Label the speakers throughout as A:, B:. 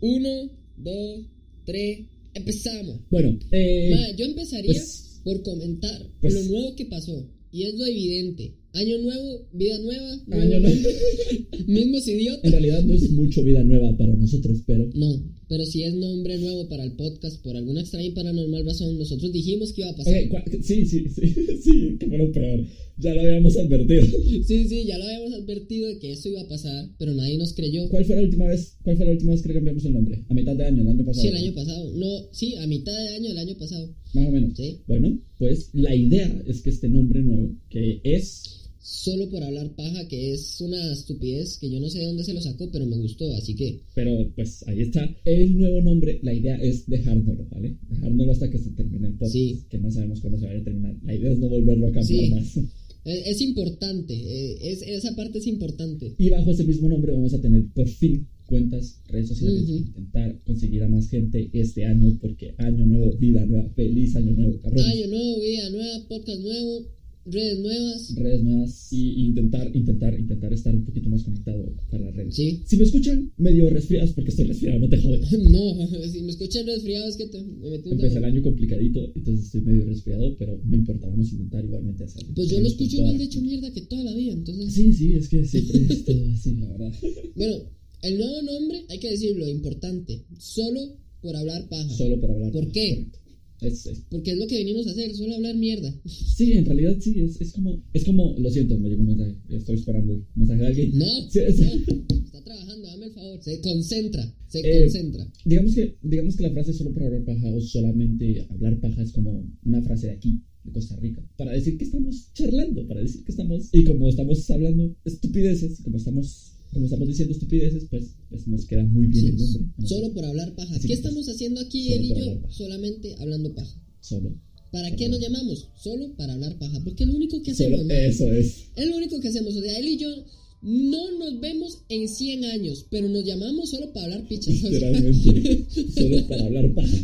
A: Uno, dos, tres, empezamos.
B: Bueno, eh,
A: Mae, yo empezaría
B: pues-
A: por comentar
B: pues-
A: lo nuevo que pasó. Y es lo evidente. Año nuevo, vida nueva. nuevo-
B: año nuevo.
A: Mismos
B: en
A: idiotas.
B: realidad no es mucho vida nueva para nosotros, pero
A: No, pero si es nombre nuevo para el podcast, por alguna extraña y paranormal razón, nosotros dijimos que iba a pasar.
B: Ok, cua- sí, sí, sí, sí, que fue lo peor. Ya lo habíamos advertido.
A: Sí, sí, ya lo habíamos advertido de que eso iba a pasar, pero nadie nos creyó.
B: ¿Cuál fue la última vez? ¿Cuál fue la última vez que le cambiamos el nombre? A mitad de año, el año pasado.
A: Sí, el año pasado. No, sí, a mitad de año del año pasado.
B: Más o menos.
A: Sí.
B: Bueno, pues la idea es que este nombre nuevo, que es
A: Solo por hablar paja, que es una estupidez que yo no sé de dónde se lo sacó, pero me gustó, así que.
B: Pero pues ahí está. El nuevo nombre, la idea es dejárnoslo, ¿vale? Dejárnoslo hasta que se termine el podcast.
A: Sí.
B: Que no sabemos cuándo se vaya a terminar. La idea es no volverlo a cambiar
A: Sí.
B: más.
A: Es, es importante, eh, es, esa parte es importante.
B: Y bajo ese mismo nombre vamos a tener por fin cuentas, redes sociales,
A: Ujú.
B: intentar conseguir a más gente este año, porque año nuevo, vida nueva, feliz año nuevo, cabrón.
A: Año nuevo, vida nueva, podcast nuevo, redes nuevas.
B: Redes nuevas y intentar, intentar, intentar estar un poquito más conectado para las redes.
A: Sí.
B: Si me escuchan medio resfriados, porque estoy resfriado, no te jodes.
A: No, si me escuchan resfriado es que te, me metí un
B: Empecé el
A: tajo.
B: año complicadito, entonces estoy medio resfriado, pero no importa, vamos a intentar igualmente hacerlo.
A: Pues yo lo escucho
B: Toda
A: más
B: la-
A: de hecho mierda que toda la vida, entonces.
B: Sí, sí, es que siempre es todo así, la verdad.
A: Ah. Bueno, el nuevo nombre, hay que decirlo, importante. Solo por hablar paja.
B: Solo por hablar.
A: ¿Por qué?
B: Correcto. Es- es-
A: Porque es lo que venimos a hacer, solo hablar mierda.
B: sí, en realidad sí, es, es como, es como, lo siento, me llegó un mensaje, estoy esperando un mensaje de alguien.
A: No,
B: Sí, es-
A: no, está trabajando, dame el favor. Se concentra, se
B: Eh,
A: concentra.
B: Digamos que, digamos que la frase solo por hablar paja o solamente hablar paja es como una frase de aquí, de Costa Rica, para decir que estamos charlando, para decir que estamos, y como estamos hablando estupideces, como estamos, como estamos diciendo estupideces, pues, pues nos queda muy bien el nombre. a nosotros.
A: Solo por hablar paja. ¿Qué
B: Así que pues,
A: estamos haciendo aquí
B: solo
A: él y
B: por hablar
A: yo?
B: paja.
A: Solamente hablando paja.
B: Solo.
A: ¿Para
B: Por
A: qué nos
B: hablar.
A: llamamos? Solo para hablar paja. Porque es lo único que hacemos.
B: Solo.
A: man.
B: Eso es.
A: Es lo único que hacemos. O sea, él y yo no nos vemos en 100 años, pero nos llamamos solo para hablar pichas. O sea,
B: Literalmente. solo para hablar paja.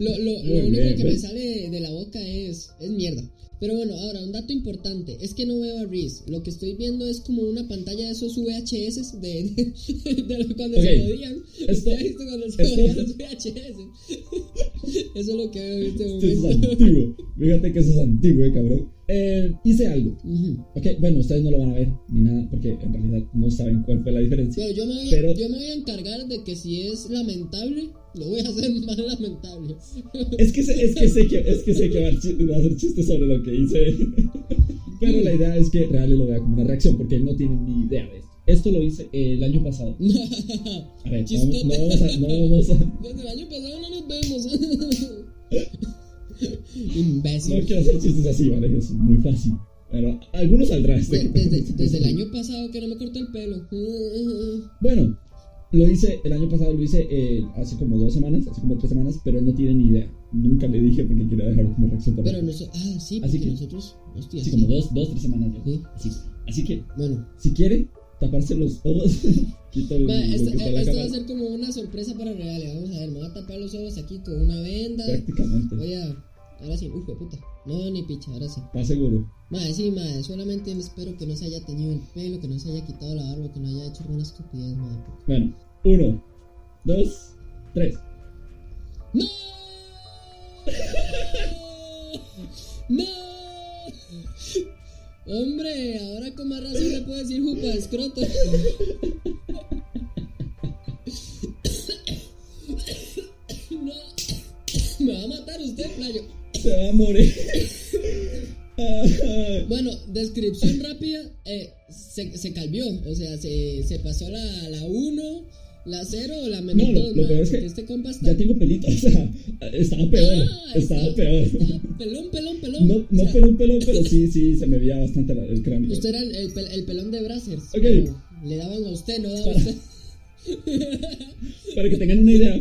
A: lo lo- lo
B: Muy
A: único
B: bien, pues.
A: que
B: ¿ves?
A: me sale de, de la boca es, es mierda. Pero bueno, ahora, un dato importante. Es que no veo a Reese. Lo que estoy viendo es como una pantalla de esos VHS de, de, de lo- cuando se
B: Ok.
A: podían.
B: Esto-
A: ¿Usted ha visto cuando se
B: esto-
A: podían los VHS? Eso es lo que veo en este
B: Esto es
A: momento.
B: antiguo. Fíjate que eso es antiguo, eh, cabrón. Eh, hice algo.
A: Ujú.
B: Ok, bueno, ustedes no lo van a ver ni nada porque en realidad no saben cuál fue la diferencia.
A: Pero yo me, voy a,
B: Pero-
A: yo me voy a encargar de que si es lamentable, lo voy a hacer más lamentable.
B: Es que sé, es que sé que, es que, sé que va, a chi- va a hacer chistes sobre lo que hice. Pero la idea es que Real lo vea como una reacción porque él no tiene ni idea de esto. Esto lo hice eh, el año pasado.
A: No,
B: A ver, no vamos- no vamos a- no vamos a,
A: desde el año pasado no nos vemos. Imbécil.
B: No quiero hacer chistes así, ¿vale? Es muy fácil. Pero algunos saldrá este.
A: De- desde, desde el año pasado que no me corté el pelo. Ah,
B: Bueno, lo hice el año pasado, lo hice eh, hace como dos semanas, hace como tres semanas, pero él no tiene ni idea. Nunca le dije porque quería dejarlo como reacción para
A: Pero nosotros. Ah, sí,
B: Así
A: porque
B: que-
A: nosotros. Hostia,
B: Así
A: sí.
B: como dos, dos, tres semanas. yo.
A: Sí.
B: Así, así que,
A: Bueno,
B: si quiere taparse los ojos, quito el,
A: va,
B: lo
A: esto, eh,
B: que está en la
A: esto va a
B: cámara.
A: ser como una sorpresa para reales. Vamos a ver, me voy a tapar los ojos aquí con una venda.
B: Prácticamente.
A: Voy a. Ahora sí, uff, puta. No, ni picha, ahora sí.
B: Está seguro.
A: Madre, sí, madre. Solamente espero que no se haya tenido el pelo, que no se haya quitado la barba, que no haya hecho alguna estupidez, madre.
B: Bueno, uno, dos, tres.
A: ¡No! ¡No! Hombre, ahora con más razón le puedo decir jupa de escroto. No. Me va a matar usted, playo.
B: Se va a morir. Ah, Ay.
A: Bueno, descripción rápida. eh, se, se calvió, o sea, se, se pasó la, la 1, la 0 o la menos
B: No, lo-
A: 2.
B: lo peor es que
A: este compa está...
B: Ya tengo pelito, o sea, estaba peor,
A: Ah,
B: estaba
A: está-
B: peor.
A: está Pelón, pelón, pelón.
B: No,
A: O
B: no
A: sea,
B: pelón, pelón, pero sí, sí, se me veía bastante la- el cráneo.
A: Usted era Pues el, el pel- el pelón de Brazzers.
B: Ok.
A: pero Le daban a usted, no daba a usted.
B: Para que tengan una idea,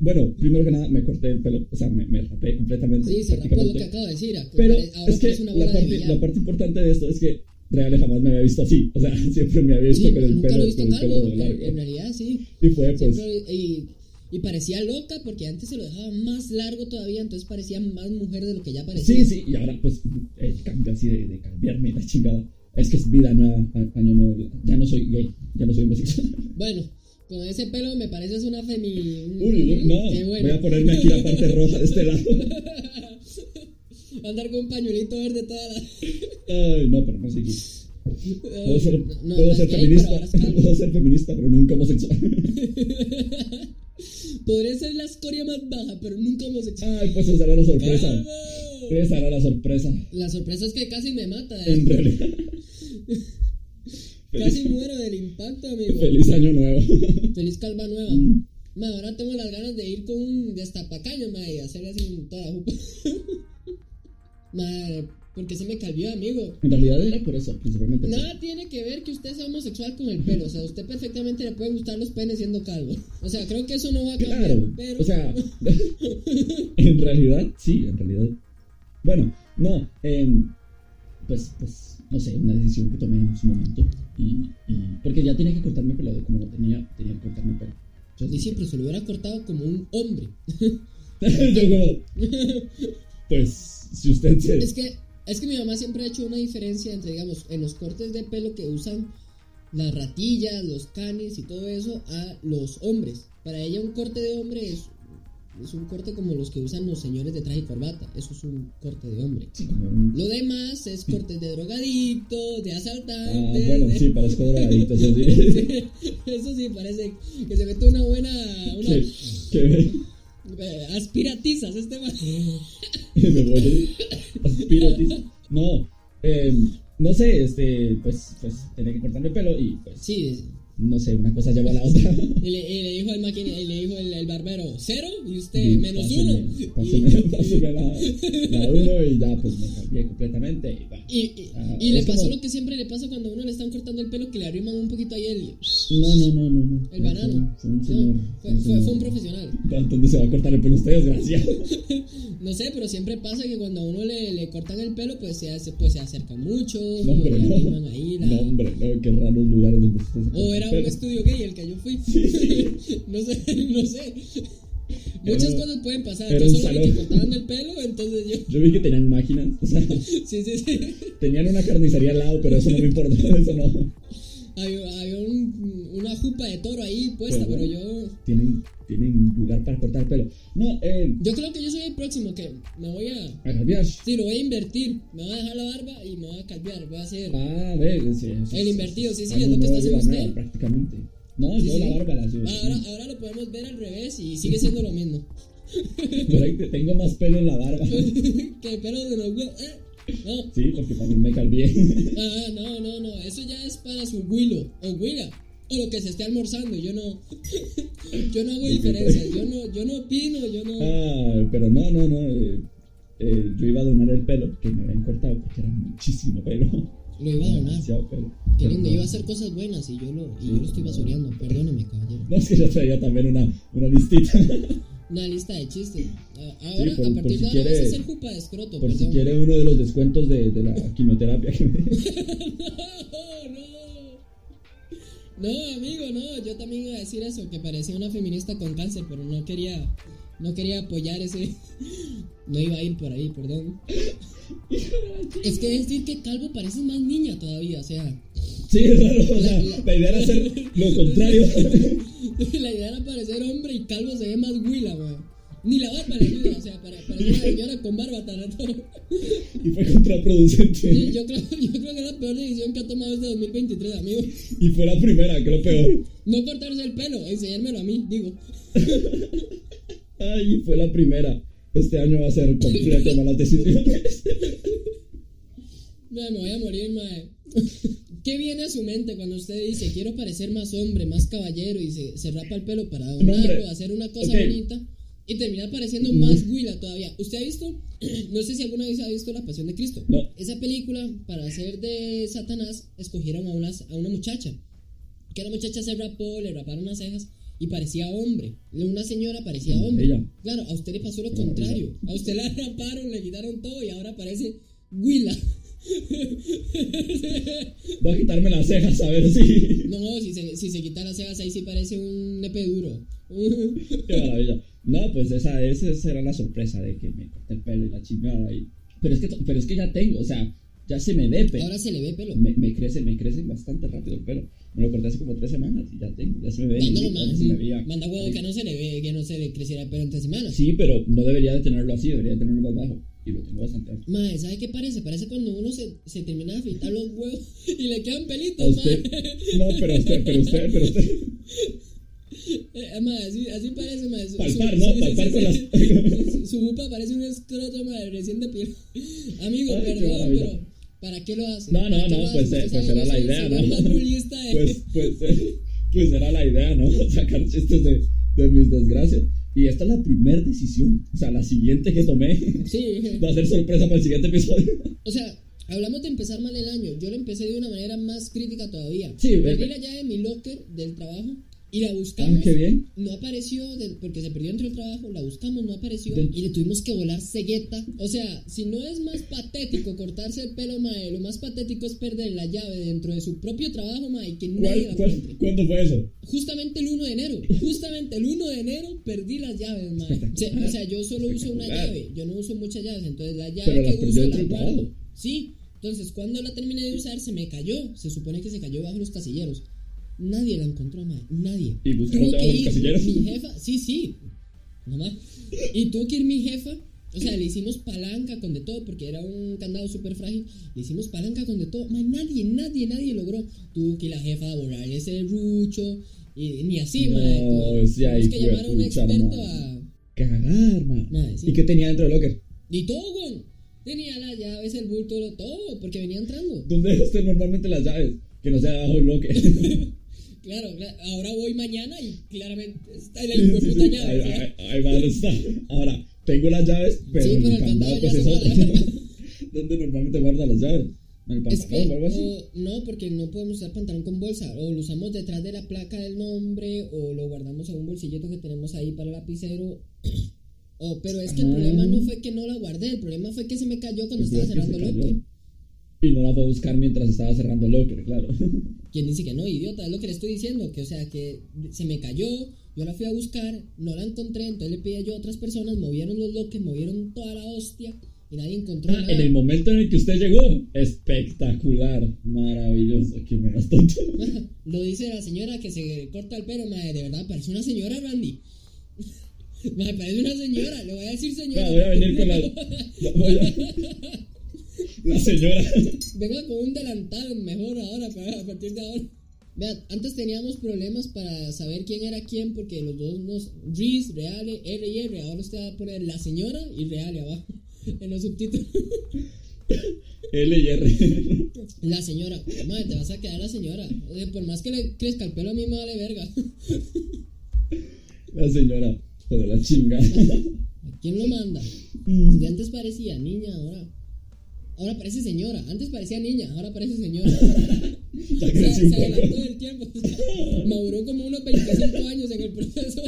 B: bueno, primero que nada me corté el pelo, o sea, me, me rapé completamente,
A: Sí, se rapó lo
B: prácticamente.
A: que acabo de decir. ac-
B: pero
A: pare- Ahora
B: es que
A: parece una bola
B: la
A: de
B: parte,
A: billar.
B: la parte importante de esto es que Real jamás me había visto así, o sea, siempre me había visto
A: Sí,
B: con el
A: nunca
B: pelo,
A: lo he visto
B: con el
A: calvo.
B: pelo
A: en-
B: largo.
A: En realidad, sí.
B: Y fue pues,
A: Siempre- y, y parecía loca porque antes se lo dejaba más largo todavía, entonces parecía más mujer de lo que ya parecía.
B: sí, sí, y ahora pues el cambio así de, de cambiarme la chingada. Es que es vida nueva, a- año nuevo, ya no soy gay, ya no soy homosexual.
A: Bueno, Con ese pelo me pareces una femi.
B: Uy, no,
A: Qué bueno.
B: voy a ponerme aquí la parte roja de este lado.
A: Va a andar con un pañuelito verde toda la.
B: Ay, no, pero no sé qué. Puedo ser,
A: No,
B: puedo
A: no
B: ser
A: es gay,
B: feminista,
A: pero ahora es calvo.
B: puedo ser feminista, pero nunca homosexual.
A: Podría ser la escoria más baja, pero nunca homosexual.
B: Ay, pues esa era la sorpresa.
A: ¡Vamos!
B: Esa era la sorpresa.
A: La sorpresa es que casi me mata. eh.
B: En realidad.
A: Casi
B: Feliz-
A: muero del impacto, amigo.
B: Feliz año nuevo.
A: Feliz calva nueva.
B: Mm.
A: Ma, ahora tengo las ganas de ir con un destapacaño, ma, y hacer así en toda la jupa. ma, porque se me calvió, amigo.
B: En realidad era por eso, principalmente. por eso.
A: Nada tiene que ver que usted sea homosexual con el pelo. O sea, a usted perfectamente le pueden gustar los penes siendo calvo. O sea, creo que eso no va a cambiar.
B: Claro.
A: pero...
B: O sea, en realidad, sí, en realidad. Bueno, no, em, pues, pues, no sé, una decisión que tomé en su momento. Y, y- porque ya tenía que cortarme el pelado, como lo tenía, tenía que cortarme el pelo.
A: Y siempre se lo hubiera cortado como un hombre.
B: Yo como, pues, si usted se...
A: Es que, es que mi mamá siempre ha hecho una diferencia entre, digamos, en los cortes de pelo que usan las ratillas, los canes y todo eso a los hombres. Para ella un corte de hombre es, es un corte como los que usan los señores de traje y corbata. Eso es un corte de hombre.
B: Sí, como un-
A: Lo demás es cortes de drogadictos, de
B: Ah,
A: asaltantes.
B: bueno,
A: de-
B: sí, parezco drogadicto, eso sí.
A: Eso sí, parece que se mete una buena... Una,
B: que, que
A: eh, aspiratizas este man.
B: Ah. me, me voy a aspiro, tío. No, em, no sé, este, pues, pues, tenía que cortarme el pelo y, pues,
A: Sí,
B: no sé, una cosa lleva a la otra.
A: Y le, y le dijo el maquini- y le dijo el, el barbero, cero, y usted
B: Y
A: menos
B: pásenme-
A: uno.
B: Pásenme, pásenme la, la uno y ya, pues me cambié completamente. Y, va.
A: Y, y-
B: Ah,
A: y le
B: es
A: pasó
B: como-
A: lo que siempre le pasa cuando a uno le están cortando el pelo, que le arriman un poquito ahí el...
B: No, no, no, no, no.
A: El banano.
B: Fue un señor.
A: No, fue, fue- fue un profesional.
B: profesor. ¿Dónde se va a cortar el pelo usted, desgraciado?
A: No sé, pero siempre pasa que cuando a uno le, le cortan el pelo, pues se, hace, pues se acerca mucho, le
B: No, hombre, no.
A: arriman ahí la...
B: No, hombre, no, qué raros lugares donde usted se corta
A: O era
B: el
A: un
B: pelo.
A: estudio gay el que yo fui. no sé, no sé. Muchas
B: Era-
A: cosas pueden pasar.
B: era
A: Yo
B: un
A: solo vi
B: salón.
A: que cortaban el pelo, entonces yo...
B: Yo vi que tenían máquinas, o sea,
A: Sí, sí, sí.
B: tenían una carnicería al lado, pero eso no me importa, eso no.
A: Había, había un- una jupa de toro ahí puesta,
B: Pues,
A: pero
B: bueno.
A: yo.
B: Tienen, tienen lugar para cortar pelo. No, eh,
A: Yo creo que yo soy el próximo que me voy a.
B: a cambiar.
A: Sí, lo voy a invertir. Me voy a dejar la barba y me voy a cambiar. Voy a hacer.
B: Ah, ve, sí, sí,
A: El invertido, sí, sí,
B: Ah,
A: es lo que
B: no, no
A: está haciendo
B: olvida nada,
A: usted.
B: prácticamente. No,
A: Sí,
B: yo la
A: sí. Ah,
B: barba la llevo.
A: Ahora, ahora lo podemos ver al revés y sigue siendo lo mismo.
B: Pero ahí te- tengo más pelo en la barba.
A: que el pelo de los huevos. eh, No,
B: Sí, porque también me calvié.
A: ah, no, no, no. Eso ya es para su huilo o huila. O lo que se esté almorzando. Yo no. yo no hago diferencias. Yo no, yo no opino. Yo no.
B: Ah, pero no, no, no. eh, eh, yo iba a donar el pelo que me habían cortado porque era muchísimo pelo.
A: Lo iba a donar.
B: Demasiado pelo.
A: Qué
B: Pero
A: lindo,
B: no.
A: iba a hacer cosas buenas y yo lo, y
B: Sí.
A: yo lo estoy basureando. Perdóneme, caballero.
B: No, es que yo traía también una, una listita.
A: Una lista de chistes. Ah, Ahora,
B: por-
A: a
B: por
A: partir
B: si
A: de ahora vas
B: quiere-
A: a hacer jupa de escroto,
B: Por
A: perdón.
B: si quiere uno de los descuentos de, de la quimioterapia que me
A: no, no. No, amigo, no. Yo también iba a decir eso, que parecía una feminista con cáncer, pero no quería, no quería apoyar ese. No iba a ir por ahí, perdón. Es que decir que Calvo parece más niña todavía, o sea.
B: Sí, es raro. O sea, la idea era hacer lo contrario.
A: La idea era parecer hombre y calvo se ve más huila, weón. Ni la barba le ayuda, o sea, para, parece una señora con barba tan
B: Y fue contraproducente.
A: Yo, yo creo, yo creo que es la peor decisión que ha tomado este 2023, amigo.
B: Y fue la primera, que lo peor.
A: No cortarse el pelo, enseñármelo a mí, digo.
B: Ay, fue la primera. Este año va a ser completo malas decisiones.
A: Me voy a morir, mae. ¿Qué viene a su mente cuando usted dice quiero parecer más hombre, más caballero y se, se rapa el pelo para
B: hombre.
A: donarlo, hacer una cosa
B: Ok. Mm.
A: bonita y termina pareciendo más huila todavía? ¿Usted ha visto? No sé si alguna vez ha visto La Pasión de Cristo.
B: No.
A: Esa película, para hacer de Satanás, escogieron a una, a una muchacha. Que la muchacha se rapó, le raparon las cejas y parecía hombre. Una señora parecía
B: Qué
A: hombre.
B: maravilla.
A: Claro, a usted le pasó lo
B: Qué
A: contrario. A usted la raparon, le quitaron todo y ahora parece Willa.
B: Voy a quitarme las cejas a ver si.
A: No, si se, si se quita las cejas ahí sí parece un nepe duro. Qué
B: Qué maravilla. No, pues esa, esa era la sorpresa de que me corté el pelo y la chingada. Y... Pero, es que, to- pero es que ya tengo, o sea, Ya se me ve pelo.
A: Ahora se le ve pelo.
B: Me, me crece, me crece bastante rápido el pelo. Me lo corté hace como tres semanas y ya tengo, ya se me ve.
A: Ay, no,
B: lindo,
A: man,
B: antes se me veía-
A: Manda huevo que no se le ve, que no se le creciera el pelo en tres semanas.
B: Sí, pero no debería de tenerlo así, debería de tenerlo más bajo. Y lo tengo bastante alto.
A: Madre, ¿sabe qué parece? Parece cuando uno se, se termina de afeitar los huevos y le quedan
B: A
A: pelitos, madre.
B: usted. No, pero usted, pero usted, pero usted.
A: Eh, madre, así, así parece, madre. Su-
B: Palpar,
A: su-
B: ¿no?
A: sí, sí,
B: Palpar
A: sí,
B: con
A: sí. Su- Su jupa parece un escroto, madre, recién depilado. Amigo,
B: Ay, qué
A: perdón,
B: maravilla.
A: pero ¿para qué lo hace?
B: No, no,
A: ¿Para qué
B: no,
A: lo hace?
B: pues,
A: Usted
B: eh, pues
A: sabe,
B: era
A: yo
B: la
A: soy-
B: idea,
A: soy
B: ¿no?
A: el más eh. bullyista de-
B: Pues, pues, eh, pues era la idea, ¿no? Sacar chistes de, de mis desgracias. Y esta es la primera decisión. O sea, la siguiente que tomé
A: Sí,
B: va a ser sorpresa para el siguiente episodio.
A: o sea, hablamos de empezar mal el año. Yo la empecé de una manera más crítica todavía.
B: Sí, ve-
A: Perdí
B: ve-
A: la llave de mi locker del trabajo y la
B: Ah,
A: buscamos.
B: qué bien.
A: No apareció de- porque se perdió entre el trabajo, la buscamos, no apareció
B: De-
A: y le tuvimos que volar cegueta. O sea, si no es más patético cortarse el pelo, mae, lo más patético es perder la llave dentro de su propio trabajo, mae, y que nadie
B: ¿Cuál,
A: la
B: cuál,
A: encuentre.
B: ¿Cuándo fue eso?
A: Justamente el 1 de enero, justamente el 1 de enero perdí las llaves, mae. O sea, o sea, yo solo uso una
B: Espectacular.
A: llave, yo no uso muchas llaves, entonces la llave
B: Pero las
A: que
B: perdió
A: uso
B: dentro
A: la
B: del
A: guardo.
B: trabajo.
A: Sí, entonces cuando la terminé de usar se me cayó, se supone que se cayó bajo los casilleros. Nadie la encontró, mae, nadie.
B: Y buscaron
A: Tuvo que
B: debajo de los
A: ir
B: casilleros.
A: mi jefa, sí, sí, nomás. Y tuvo que ir mi jefa, o sea, le hicimos palanca con de todo, porque era un candado súper frágil, le hicimos palanca con de todo, más nadie, nadie, nadie logró. Tuvo que ir la jefa a borrar ese rucho, y ni así,
B: No,
A: madre. tuvo-
B: sí, ahí
A: tuvimos que
B: fue
A: llamar a un
B: pucha,
A: experto
B: madre.
A: a...
B: Cagar, man.
A: Madre, sí.
B: ¿Y qué tenía dentro del locker?
A: Y todo, güey. Tenía las llaves, el bulto, lo- todo, porque venía entrando.
B: ¿Dónde deja usted normalmente las llaves? Que no sea debajo del locker.
A: Claro, cla- ahora voy mañana y claramente está en
B: Sí,
A: el
B: sí,
A: puta
B: sí.
A: llave.
B: Ahí-
A: o sea.
B: ahí- ahí va, ¿dónde está? Ahora, tengo las llaves, pero,
A: ¿eh? Sí, pero
B: el
A: el candado
B: candado pues
A: ya
B: es
A: se
B: otro.
A: fue a la
B: ¿Dónde normalmente guarda las llaves? ¿En el
A: Es
B: pantalón
A: que, eh,
B: o algo así?
A: o- no, porque no podemos usar pantalón con bolsa. O lo usamos detrás de la placa del nombre, o lo guardamos en un bolsillito que tenemos ahí para el lapicero. O, pero es que el
B: Ah.
A: problema no fue que no la guardé, el problema fue que se me cayó cuando
B: Pues
A: estaba
B: es que se
A: cerrando el
B: cayó.
A: locker.
B: Y no la fue a buscar mientras estaba cerrando el locker, claro.
A: Quien dice que no, idiota, es lo que le estoy diciendo. Que, o sea, que se me cayó, yo la fui a buscar, no la encontré, entonces le pedí yo a otras personas, movieron los lockers, movieron toda la hostia y nadie encontró
B: Ah,
A: nada.
B: en el momento en el que usted llegó, espectacular, maravilloso, que menos tonto.
A: Lo dice la señora que se corta el pelo, madre, de verdad, parece una señora, Randy. Madre, parece una señora, le voy a decir señora.
B: No, voy a venir con la. voy a- La señora.
A: Venga con un delantal mejor ahora, para- a partir de ahora. Vean, antes teníamos problemas para saber quién era quién, porque los dos nos. Riz, Reale, R y R. Ahora usted va a poner la señora y Reale abajo, en los subtítulos.
B: L y R.
A: La señora, madre, te vas a quedar la señora. Eh, Por más que le crezca el pelo, a mí me vale verga.
B: La señora. Joder, la chinga.
A: ¿A quién lo manda?
B: Mm.
A: Y antes parecía niña, ahora. Ahora parece señora. Antes parecía niña, ahora parece señora.
B: Ya
A: O sea,
B: crecí un
A: se adelantó
B: poco.
A: del tiempo. o sea, Maduró como unos 25 años en el proceso.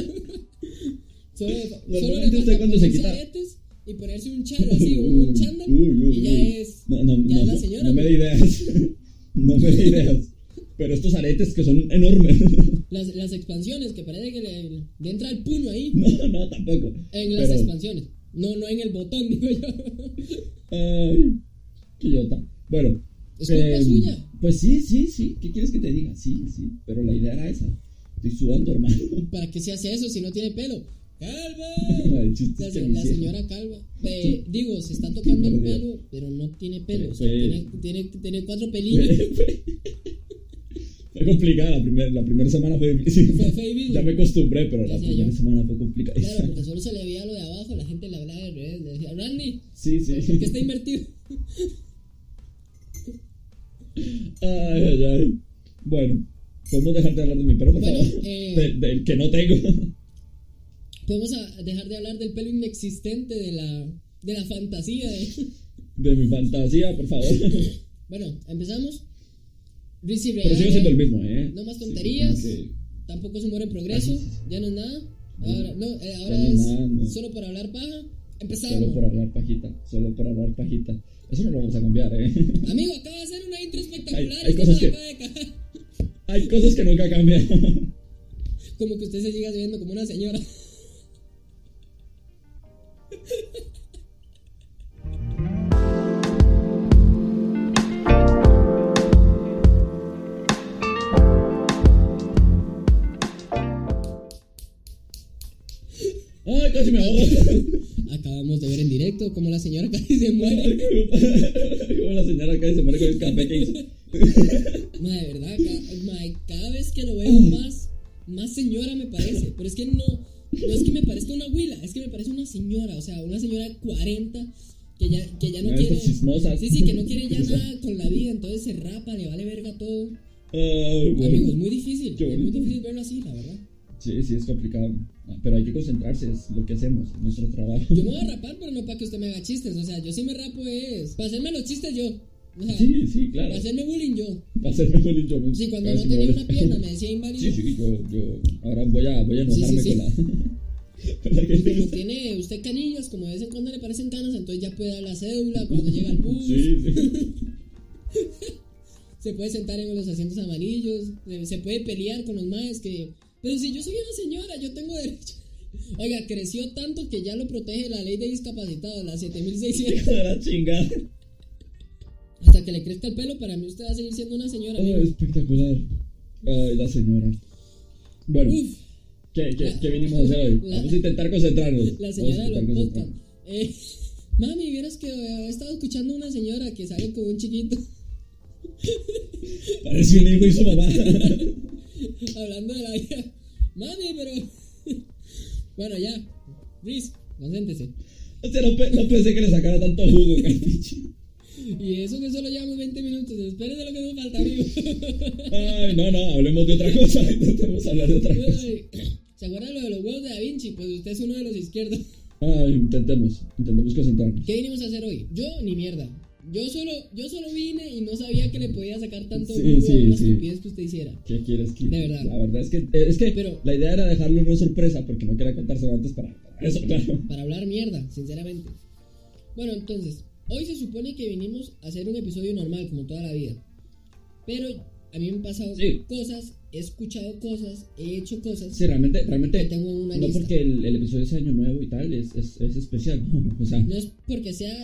A: Solo, le- solo
B: Normalmente
A: le
B: usted
A: falta
B: cuando se
A: ponerse
B: quita-
A: aretes y ponerse un charo así, un, un chándal, y ya es.
B: No, no,
A: ya
B: no,
A: es la
B: no,
A: señora,
B: no me
A: ¿no?
B: dé ideas. No me dé ideas. Pero estos aretes que son enormes.
A: Las, las expansiones, que parece que le, le entra el puño ahí.
B: No, no, tampoco.
A: En las
B: Pero-
A: expansiones. No, no en el botón, digo yo.
B: Ay, quillota. Bueno.
A: Es culpa
B: em,
A: suya.
B: Pues sí, sí, sí. ¿Qué quieres que te diga? Sí, sí. Pero la idea era esa. Estoy sudando, hermano.
A: ¿Para qué se hace eso si no tiene pelo? ¡Calvo!
B: El chiste
A: La,
B: es que
A: se-
B: me
A: la
B: hicieron.
A: señora calva. Eh, digo, se está tocando el
B: Perdida.
A: pelo, pero no tiene pelo. o sea,
B: Fue-
A: tiene, tiene, tiene cuatro pelillos.
B: Fue, fue- fue complicada. La primera la primera semana fue difícil.
A: Fue- fue difícil.
B: Ya me acostumbré, pero la
A: Decía
B: primera
A: yo.
B: semana fue complicada.
A: Claro, porque solo se le veía lo de abajo, la gente le hablaba de revés, le decía, Randy,
B: Sí,
A: ¿por qué
B: sí.
A: está invertido?
B: Ay, ay, ay. Bueno, podemos dejar de hablar de mi pelo, por
A: Bueno,
B: favor.
A: eh,
B: De- del que no tengo.
A: Podemos a- dejar de hablar del pelo inexistente, de la, de la fantasía. de-
B: De mi fantasía, por favor.
A: Bueno, empezamos. Riz y
B: Pero sigo
A: Real,
B: siendo el mismo, ¿eh?
A: No más
B: Sí,
A: tonterías.
B: como que-
A: Tampoco es humor en progreso,
B: Ah, sí, sí, sí.
A: ya no es nada. Ahora, no, eh, ahora
B: no es
A: es
B: nada, no.
A: solo por hablar paja. Empezamos.
B: Solo por hablar pajita, solo por hablar pajita. Eso no lo vamos a cambiar, ¿eh?
A: Amigo, acaba de hacer una intro espectacular.
B: Hay- hay
A: usted
B: cosas
A: se la
B: que-
A: acaba de cagar.
B: Hay cosas que nunca cambian.
A: Como que usted se siga viendo como una señora.
B: ¡Ay, casi me ahogo!
A: Acabamos de ver en directo cómo la señora casi se muere.
B: Como la señora acá se muere con el café que hizo.
A: Ma, de verdad, ca- mae, cada vez que lo veo
B: Mm.
A: más, más señora me parece. Pero es que no, no es que me parezca una huila, es que me parece una señora, o sea, una señora de 40 que ya, que ya no
B: Ah,
A: quiere.
B: estas chismosas.
A: Sí, sí, que no quiere ya nada con la vida, entonces se rapa, le vale verga todo.
B: Ay, bueno.
A: Amigo, es muy difícil,
B: Qué
A: es muy
B: bonito.
A: difícil verlo así, la verdad.
B: Sí, sí, es complicado. Ah, Pero hay que concentrarse, es lo que hacemos, nuestro trabajo.
A: Yo me voy a rapar, pero no para que usted me haga chistes, o sea, yo sí me rapo es. Para hacerme los chistes yo. O sea,
B: Sí, sí, claro.
A: para hacerme bullying yo.
B: Va a ser mejor el yo.
A: Sí, cuando
B: a ver
A: no
B: si me
A: tenía
B: vale.
A: una pierna me decía inválido.
B: Sí, sí, yo, yo. Ahora voy a, voy a
A: Sí, sí,
B: enojarme
A: sí.
B: con la. con la gente que
A: Pero
B: está-
A: tiene usted canillas, como de vez en cuando le parecen canas, entonces ya puede dar la cédula cuando llega al bus,
B: Sí, sí.
A: se puede sentar en los asientos amarillos, eh, se puede pelear con los maes que... Pero si yo soy una señora, yo tengo derecho. Oiga, creció tanto que ya lo protege la ley de discapacitados, la 7600.
B: Hijo de la chingada.
A: Hasta que le crezca el pelo, para mí usted va a seguir siendo una señora.
B: Oh,
A: amigo.
B: espectacular. Ay, la señora. Bueno,
A: Uf,
B: ¿qué, qué,
A: la-
B: qué vinimos a hacer hoy?
A: la-
B: Vamos a intentar concentrarnos.
A: la señora de
B: Vamos
A: los
B: a intentar
A: podcasts.
B: concentrarnos.
A: Eh, mami, vieras que eh, he estado escuchando a una señora que sale con un chiquito.
B: Parece un hijo y su mamá.
A: Hablando de la vida. Mami, pero. bueno, ya. Riz, concéntrese.
B: o sea, no, pe- no pensé que le sacara tanto jugo, carpiche.
A: Y eso que solo llevamos 20 minutos. Espere de lo que nos falta, amigo.
B: Ay, no, no, hablemos de otra cosa. Intentemos hablar de otra cosa.
A: Ay, ¿Se acuerdan lo de los huevos de Da Vinci? Pues usted es uno de los izquierdos.
B: Ay, intentemos, intentemos concentrarnos.
A: ¿Qué vinimos a hacer hoy? Yo ni mierda. Yo solo, yo solo vine y no sabía que le podía sacar tanto
B: Sí,
A: jugo
B: sí,
A: a una
B: sí.
A: estupidez que usted hiciera.
B: ¿Qué quieres que.?
A: De verdad.
B: La verdad es que. eh, Es que
A: Pero-
B: la idea era dejarlo en una sorpresa porque no quería contárselo antes para. para Eso, claro.
A: Para hablar mierda, sinceramente. Bueno, entonces, hoy se supone que vinimos a hacer un episodio normal, como toda la vida. Pero a mí me han pasado
B: Sí.
A: cosas, he escuchado cosas, he hecho cosas.
B: Sí, realmente,
A: que
B: realmente.
A: tengo una
B: No
A: lista.
B: porque el, el episodio es año nuevo y tal, es, es, es especial. No, no, o sea,
A: No es porque sea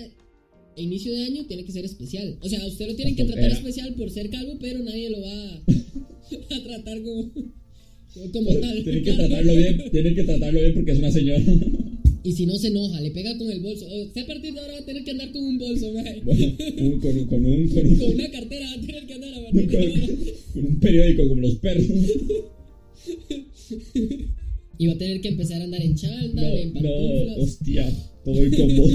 A: inicio de año, tiene que ser especial. O sea, a usted lo tienen
B: La
A: que tratar
B: tontera.
A: especial por ser calvo, pero nadie lo va a, a tratar como, como tal.
B: tiene que tratarlo bien, tiene que tratarlo bien porque es una señora.
A: Y si no se enoja, le pega con el bolso. O sea, a partir de ahora va a tener que andar con un bolso, mae.
B: Bueno, un- con, un- con un. Con un,
A: Con una cartera va a tener que andar a
B: con,
A: partir de ahora.
B: con un periódico como los perros.
A: Y va a tener que empezar a andar en
B: No,
A: chándal, en
B: no,
A: pantuflas.
B: hostia, todo el combo.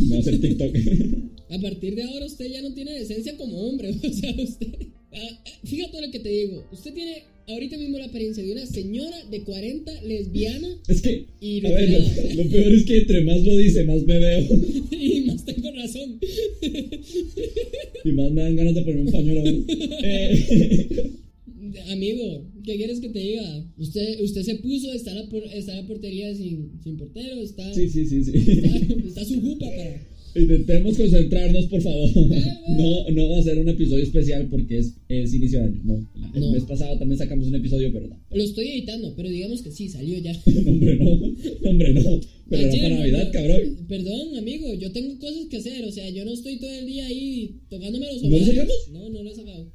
B: Me va a hacer TikTok.
A: A partir de ahora usted ya no tiene decencia como hombre, o sea, usted... Ah, eh, Fíjate lo que te digo, usted tiene ahorita mismo la apariencia de una señora de 40, lesbiana
B: Es que
A: y
B: A ver,
A: retirada.
B: lo, lo peor es que entre más lo dice, más me veo.
A: y más tengo razón.
B: Y más me dan ganas de ponerme un pañuelo. Eh,
A: Amigo, ¿qué quieres que te diga? Usted, usted se puso, está la, por- está la portería sin, sin portero, está,
B: sí, sí, sí, sí.
A: está, está su jupa para...
B: Intentemos concentrarnos, por favor. No, no va a ser un episodio especial porque es, es inicio de año. No, el
A: No.
B: mes pasado también sacamos un episodio, pero no.
A: Lo estoy editando, pero digamos que sí, salió ya.
B: No, hombre, no. No, hombre, no. Pero era
A: Ayer,
B: para Navidad,
A: no,
B: cabrón.
A: Perdón, amigo, yo tengo cosas que hacer, o sea, yo no estoy todo el día ahí tocándome los
B: ¿No lo
A: ovarios.
B: sacamos?
A: No, no lo he sacado.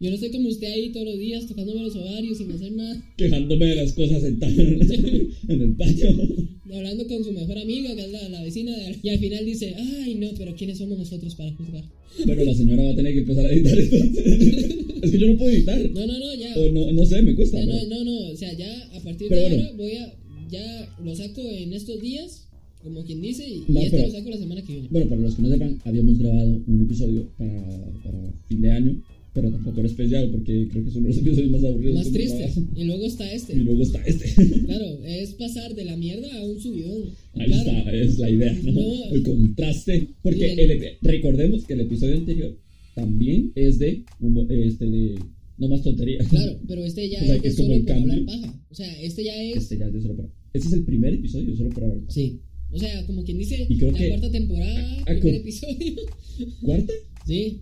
A: Yo no estoy como usted ahí todos los días tocándome los ovarios sin hacer nada,
B: Quejándome de las cosas sentado en, en el patio.
A: hablando con su mejor amiga, que es la, la vecina de... Y al final dice, ay, no, pero ¿quiénes somos nosotros para juzgar?
B: Pero la señora va a tener que empezar a editar entonces. Es que yo no puedo editar.
A: No, no, no, ya.
B: O no, no sé, me cuesta.
A: Ya,
B: pero-
A: no, no, no, o sea, ya a partir
B: Pero
A: de
B: bueno.
A: ahora voy a... Ya lo saco en estos días, como quien dice, y,
B: No,
A: y este
B: pero-
A: lo saco la semana que viene.
B: Bueno, para los que no sepan, habíamos grabado un episodio para, para fin de año, pero tampoco era especial porque creo que es uno de los episodios más aburridos.
A: Más
B: que hemos
A: triste.
B: grabado.
A: Y luego está este.
B: Y luego está este.
A: Claro, es pasar de la mierda a un subidón.
B: Ahí
A: claro.
B: está, es la idea, ¿no?
A: No.
B: El contraste. Porque
A: Bien.
B: el epi- recordemos que el episodio anterior también es de, humo- este de no más tonterías.
A: Claro, pero este ya
B: O sea,
A: es,
B: que es
A: solo
B: como el
A: por hablar
B: cambio.
A: paja. O sea, este ya es.
B: Este ya es de solo para. Este es el primer episodio de solo para hablar.
A: Sí. O sea, como quien dice,
B: Y creo
A: la
B: que-
A: cuarta temporada,
B: Ah,
A: primer
B: como-
A: episodio.
B: ¿Cuarta?
A: Sí.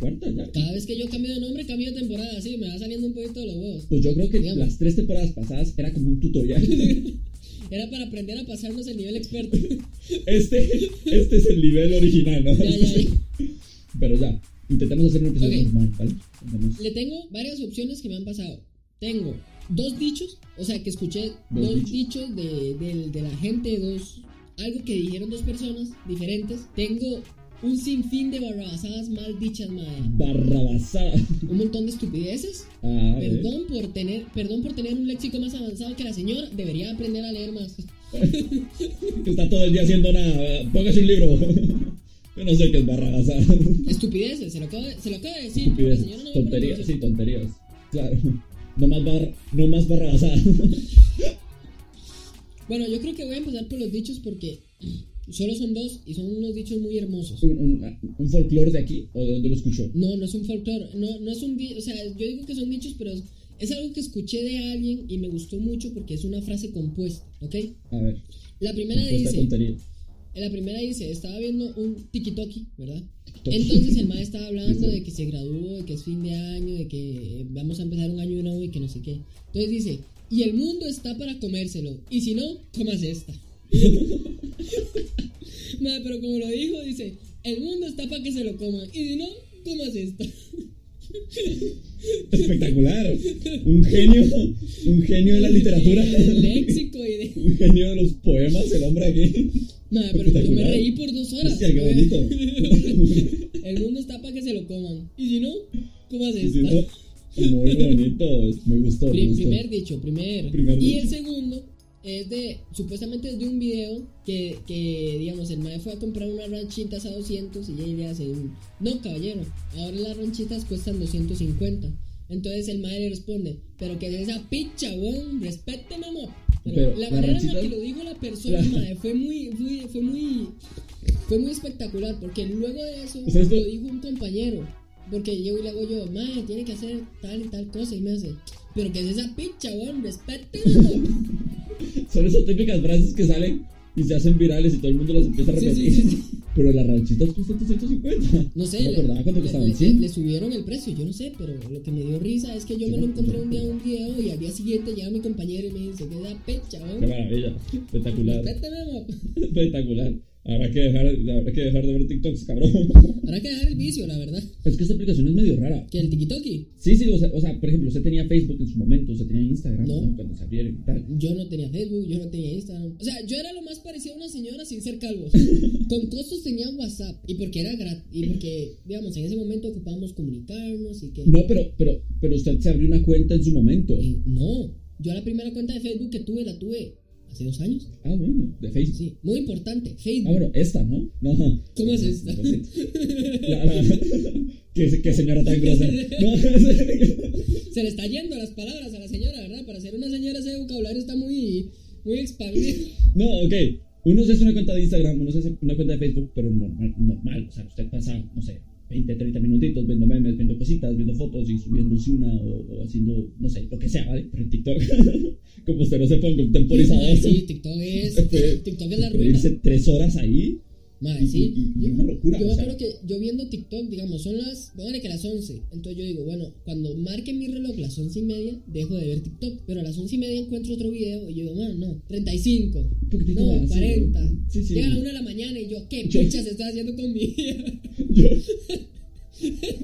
B: ¿Cuarta ya?
A: Cada vez que yo cambio de nombre, cambio de temporada. Sí, me va saliendo un poquito de los huevos.
B: Pues yo creo que
A: Digamos.
B: las tres temporadas pasadas era como un tutorial.
A: Era para aprender a pasarnos el nivel experto.
B: Este, este es el nivel original, ¿no?
A: ya, ya, ya.
B: Pero ya, intentemos hacer un episodio
A: Ok.
B: normal, ¿vale? Intentemos-
A: Le tengo varias opciones que me han pasado. Tengo dos dichos, o sea, que escuché
B: Dos
A: dos, dichos,
B: dichos.
A: de, del- de la gente, dos, algo que dijeron dos personas diferentes. Tengo un sinfín de barrabasadas mal dichas, madre.
B: Barrabasada.
A: Un montón de estupideces.
B: Ah, a ver.
A: Perdón por tener, perdón por tener un léxico más avanzado que la señora. Debería aprender a leer más.
B: que está todo el día haciendo nada. Póngase un libro. Yo no sé qué es barrabasada.
A: Estupideces, se lo acabo de, se lo acabo de decir. La señora no
B: Estupideces.
A: me pone
B: Tonterías, sí,
A: atención.
B: tonterías. Claro. No más, bar, no más barrabasada.
A: Bueno, yo creo que voy a empezar por los dichos porque solo son dos y son unos dichos muy hermosos.
B: un, un, un folclore de aquí o de dónde lo escuchó.
A: No, no es un folclore, no, no es un di- o sea, yo digo que son dichos, pero es, es algo que escuché de alguien y me gustó mucho porque es una frase compuesta, ¿ok?
B: A ver,
A: La primera
B: esta
A: dice,
B: tontería.
A: la primera dice, estaba viendo un tiki-toki, ¿verdad?
B: Toki.
A: Entonces el maestro estaba hablando
B: Dice.
A: de que se graduó, de que es fin de año, de que eh, vamos a empezar un año nuevo y que no sé qué. Entonces dice, y el mundo está para comérselo, y si no, comas esta. Madre, pero como lo dijo, dice, el mundo está para que se lo coman, y si no, comas esta.
B: Espectacular. Un genio, un genio de la literatura.
A: El léxico y de...
B: Un genio de los poemas, el hombre aquí.
A: Madre, pero yo me
B: Espectacular.
A: reí por dos horas.
B: Hostia, qué bonito.
A: El mundo está para que se lo coman, y si no, comas esta.
B: Sí, sí, ¿no? Muy bonito, me gustó.
A: Pri-
B: Me gustó.
A: primer dicho, primer.
B: Primer
A: y
B: dicho.
A: el segundo es de, supuestamente es de un video que, que digamos, el mae fue a comprar unas ranchitas a 200 y él le hace un, no caballero, ahora las ranchitas cuestan 250. Entonces el mae le responde, pero que es esa picha, weón, respéteme, amor. Pero,
B: Pero
A: la
B: las
A: manera en la
B: ranchitas-
A: que lo dijo la persona,
B: Claro.
A: mae, fue muy, fue, fue muy, fue muy espectacular, porque luego de eso
B: O sea, esto-
A: lo dijo un compañero. Porque yo le hago yo, mae, tiene que hacer tal y tal cosa. Y me hace, pero que es esa picha, weón, respete.
B: Son esas típicas frases que salen y se hacen virales y todo el mundo las empieza a
A: Sí,
B: repetir.
A: sí, sí, sí.
B: Pero las ranchitas cuestan 250.
A: No sé,
B: No
A: le-
B: acordaba cuánto
A: le,
B: costaban,
A: le-
B: ¿sí?
A: le subieron el precio, yo no sé, pero lo que me dio risa es que yo
B: Sí,
A: me lo
B: no,
A: encontré
B: no.
A: un día en un video y al día siguiente llega mi compañero y me dice, que es esa picha,
B: Qué
A: weón.
B: maravilla. Espectacular.
A: Respéteme, amor.
B: Espectacular. Habrá que dejar, habrá que dejar de ver TikToks, cabrón.
A: Habrá que dejar el vicio, la verdad.
B: Es que esta aplicación es medio rara.
A: Que el tiki
B: Sí, sí, o sea, o sea, por ejemplo, usted tenía Facebook en su momento, usted tenía Instagram
A: No.
B: ¿no? cuando se abrieron y tal.
A: Yo no tenía Facebook, yo no tenía Instagram. O sea, yo era lo más parecido a una señora sin ser calvo. Con costos tenía WhatsApp. Y porque era gratis. Y porque, digamos, en ese momento ocupábamos comunicarnos y que.
B: No, pero, pero, pero usted se abrió una cuenta en su momento.
A: Eh, no. Yo la primera cuenta de Facebook que tuve la tuve hace dos años.
B: Ah, bueno, de Facebook.
A: Sí, muy importante.
B: Ah,
A: Facebook.
B: bueno, esta, ¿no? No.
A: ¿Cómo es esta?
B: La- la- qué, qué señora tan grosera. No, es-
A: Se le está yendo las palabras a la señora, ¿verdad? Para ser una señora ese vocabulario está muy, muy expandido.
B: no, ok. Uno se hace una cuenta de Instagram, uno se hace una cuenta de Facebook, pero normal, normal. O sea, usted pasa, no sé, 20, 30 minutitos viendo memes, viendo cositas, viendo fotos y subiéndose una o, o haciendo, no sé, lo que sea, ¿vale? Pero en TikTok, como usted no se ponga un temporizador.
A: Ay, Sí, TikTok es. TikTok es la
B: Pero
A: ruina.
B: irse tres horas ahí.
A: Madre, sí.
B: Y- y- y una locura,
A: Yo
B: o
A: me
B: sea.
A: acuerdo que yo viendo TikTok, digamos, son las. Póngale que las 11. Entonces yo digo, bueno, cuando marque mi reloj las 11 y media, dejo de ver TikTok. Pero a las 11 y media encuentro otro video y yo digo, bueno, no, 35.
B: Un poquitito
A: No,
B: más. sí.
A: 40.
B: Sí, sí.
A: Llega a la 1 de la mañana y yo, ¿qué
B: Yo-
A: pucha se está haciendo con mi vida?
B: Yo-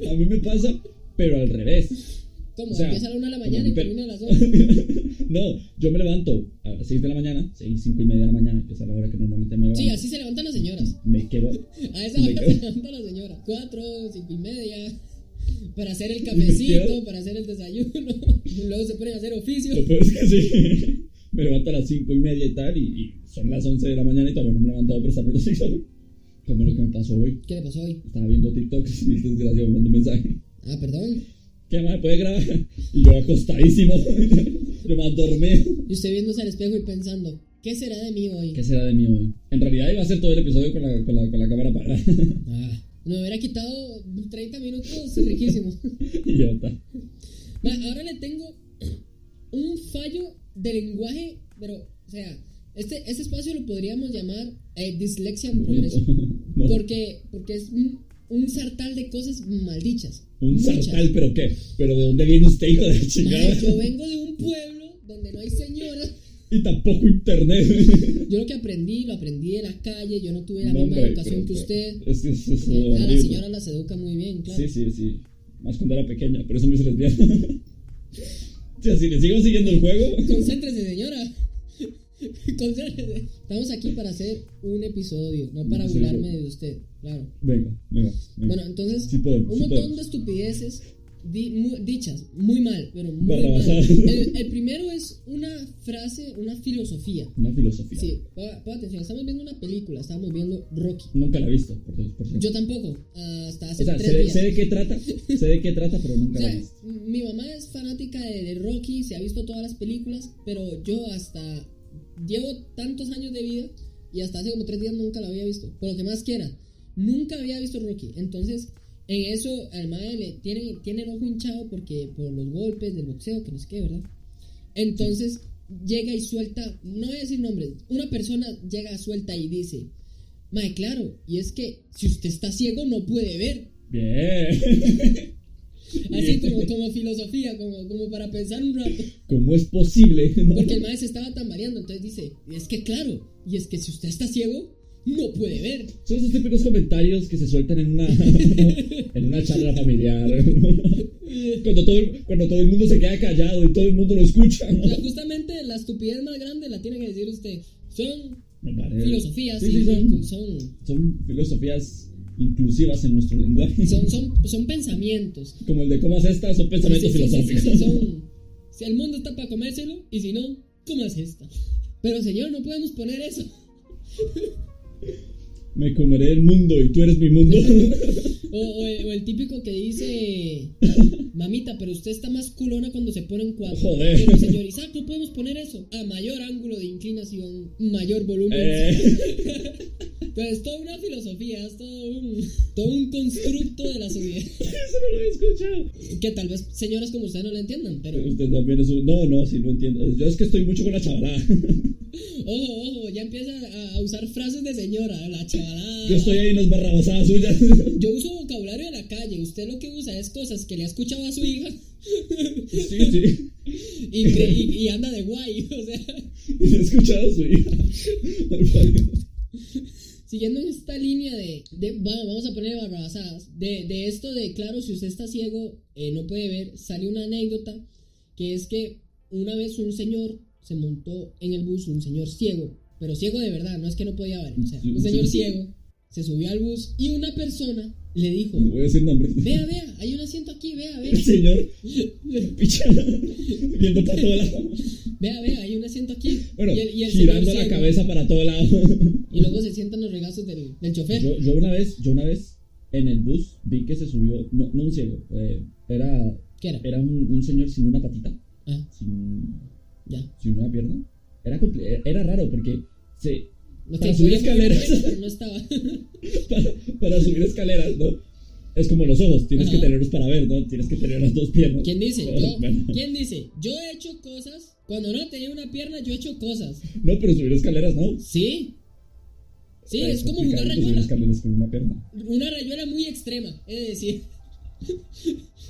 B: a mí me pasa, pero al revés.
A: Como
B: O sea,
A: empieza a la 1 de la
B: como
A: mañana
B: mi
A: y
B: per-
A: termina a las 11.
B: no, yo me levanto a las 6 de la mañana, 6, 5 y media de la mañana, que es a la hora que normalmente me levanto.
A: Sí, así se levantan las señoras.
B: Me quedo.
A: A esa
B: Me
A: hora
B: quedo-
A: se levanta la señora. 4, 5 y media. Para hacer el cafecito,
B: quedo-
A: para hacer el desayuno. Luego se ponen a hacer oficio.
B: Lo peor es que sí. Me levanto a las 5 y media y tal, y, y son las 11 de la mañana y todavía no me he levantado, pero está viendo TikTok. Como lo que me pasó hoy.
A: ¿Qué le pasó hoy?
B: Estaba viendo TikTok y este desgraciado me mandó un mensaje.
A: Ah, perdón.
B: ¿Qué más puede grabar? Y yo acostadísimo. yo más dormido.
A: Y usted viéndose al espejo y pensando, ¿qué será de mí hoy?
B: ¿Qué será de mí hoy? En realidad iba a hacer todo el episodio con la, con la, con la cámara parada.
A: Ah, me hubiera quitado 30 minutos riquísimos.
B: Idiota.
A: Ma, ahora le tengo un fallo de lenguaje, pero, o sea, este, este espacio lo podríamos llamar eh, dislexia en progreso.
B: No.
A: Porque, porque es un, un sartal de cosas maldichas.
B: Un
A: Muchas.
B: sartal, pero qué? ¿Pero de dónde viene usted, hijo de la
A: Ma,
B: chingada?
A: yo vengo de un pueblo donde no hay señoras.
B: Y tampoco internet.
A: Yo lo que aprendí, lo aprendí de la calle. Yo no tuve la misma
B: hombre,
A: educación
B: pero-
A: que usted.
B: Es, es, es
A: Eh, A
B: horrible.
A: las señoras las educa muy bien, claro.
B: Sí, sí, sí. Más cuando era pequeña, por eso me hice lesbiana. O sea, si le sigo siguiendo el juego.
A: Concéntrese, señora. Concéntrese. Estamos aquí para hacer un episodio, no para
B: episodio.
A: burlarme de usted, claro.
B: Venga, venga. venga.
A: Bueno, entonces,
B: Sí podemos,
A: un
B: sí
A: montón
B: podemos.
A: de estupideces di- mu- dichas, muy mal, pero muy mal.
B: Barrabasadas.
A: El, el primero es una frase, una filosofía.
B: Una filosofía.
A: Sí, ponga ponga atención, estamos viendo una película, estamos viendo Rocky.
B: Nunca la he visto, por, por cierto.
A: Yo tampoco, hasta hace
B: o sea,
A: tres
B: sé, de-
A: días.
B: sé de qué trata, sé de qué trata, pero
A: O
B: nunca la he
A: sea,
B: visto.
A: mi mamá es fanática de, de Rocky, se ha visto todas las películas, pero yo hasta llevo tantos años de vida y hasta hace como tres días nunca la había visto. Por lo que más quiera, nunca había visto Rocky. Entonces, en eso al mae le tiene, tiene el ojo hinchado porque por los golpes del boxeo, que no sé qué, ¿verdad? Entonces llega y suelta, no voy a decir nombres, una persona llega, suelta y dice, Mae, claro, y es que si usted está ciego no puede ver.
B: Bien.
A: Así como, como filosofía, como, como para pensar un rato.
B: ¿Cómo es posible? ¿no?
A: Porque el maestro estaba tambaleando, entonces dice, es que claro, y es que si usted está ciego, no puede ver.
B: Son esos típicos comentarios que se sueltan en una, en una charla familiar. cuando, todo, el- cuando todo el mundo se queda callado y todo el mundo lo escucha. ¿no?
A: O sea, justamente la estupidez más grande la tiene que decir usted. Son
B: Me parece.
A: filosofías,
B: Eh, Sí,
A: y-
B: sí, son,
A: son,
B: son filosofías inclusivas en nuestro lenguaje.
A: son, son, son pensamientos.
B: Como el de comas estas son pensamientos
A: Sí, sí, sí, sí,
B: filosóficos.
A: sí, son- si el mundo está para comérselo, y si no, comas esta. Pero señor, no podemos poner eso.
B: Me comeré el mundo y tú eres mi mundo.
A: O, o el, o el típico que dice, mamita, pero usted está más culona cuando se pone en cuatro.
B: Joder.
A: Pero señor Isaac, no podemos poner eso. A mayor ángulo de inclinación, mayor volumen.
B: Eh,
A: Entonces, toda una filosofía, es todo un, todo un constructo de la sociedad.
B: eso no lo he escuchado.
A: Que tal vez señoras como usted no lo entiendan, pero...
B: Usted también es un... No, no, sí, no entiendo. Yo es que estoy mucho con la chavalada.
A: Ojo, ojo, ya empieza a, a usar frases de señora, la chavalada.
B: Yo estoy ahí en las barrabasadas suyas.
A: Yo uso vocabulario de la calle, usted lo que usa es cosas que le ha escuchado a su hija
B: Sí, sí.
A: y, cre- y- y anda de guay, o sea...
B: Y he escuchado a su hija.
A: Siguiendo en esta línea de, de- vamos, vamos a poner barrabasadas, de, de esto de, claro, si usted está ciego, eh, no puede ver, sale una anécdota que es que una vez un señor se montó en el bus, un señor ciego, pero ciego de verdad, no es que no podía ver, o sea,
B: Sí,
A: un señor
B: sí.
A: ciego se subió al bus y una persona le dijo,
B: No voy a decir nombres.
A: vea, vea, hay un asiento aquí, vea, vea,
B: El señor, picha, viendo para todo lado.
A: vea, vea, hay un asiento aquí.
B: Bueno,
A: Y el- y el señor
B: girando la
A: ciego.
B: cabeza para todo lado.
A: Y luego se sientan los regazos del, del chofer.
B: Yo, yo una vez, yo una vez en el bus vi que se subió, no, no un ciego, eh, era,
A: ¿Qué era?
B: era un, un señor sin una patita,
A: Ah,
B: sin,
A: ya.
B: sin una pierna. Era, comple- era raro porque se,
A: No,
B: Para
A: que
B: subir
A: podía mover la
B: escaleras.
A: pierna, pero no estaba.
B: para, para subir escaleras, ¿no? Es como los ojos, tienes
A: Ajá.
B: que tenerlos para ver, ¿no? Tienes que tener las dos piernas.
A: ¿Quién dice?
B: Pero,
A: Yo,
B: bueno.
A: ¿Quién dice? Yo he hecho cosas. Cuando no tenía una pierna, yo he hecho cosas.
B: No, pero subir escaleras, ¿no?
A: ¿Sí? Sí,
B: Ay,
A: es como
B: complicado
A: jugar
B: pues, subir
A: rayuela.
B: escaleras con una pierna.
A: Una rayuela muy extrema, es decir.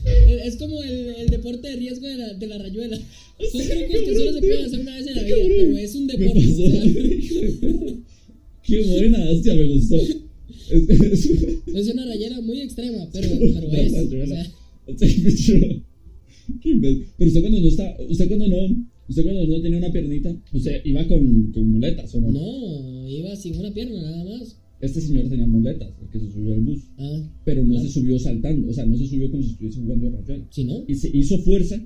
A: Es es como el, el deporte de riesgo de la, de la rayuela. Son
B: Sí,
A: trucos que
B: cabrón,
A: solo se pueden
B: tío.
A: hacer una vez en la
B: Sí,
A: vida,
B: cabrón.
A: pero es un
B: Me
A: deporte.
B: pasó.
A: o sea,
B: Qué buena, hostia, me gustó. Es, es,
A: es una rayuela muy extrema, pero, pero es. o sea,
B: O sea, bicho, qué imbécil. Pero usted cuando no está, usted cuando no, usted cuando no tenía una piernita, usted iba con, con muletas o no?
A: no, iba sin una pierna nada más.
B: Este señor tenía muletas, el que se subió al bus,
A: Ah,
B: pero no
A: Ah.
B: se subió saltando, o sea, no se subió como si estuviese jugando de rayuela.
A: si no,
B: Y se hizo fuerza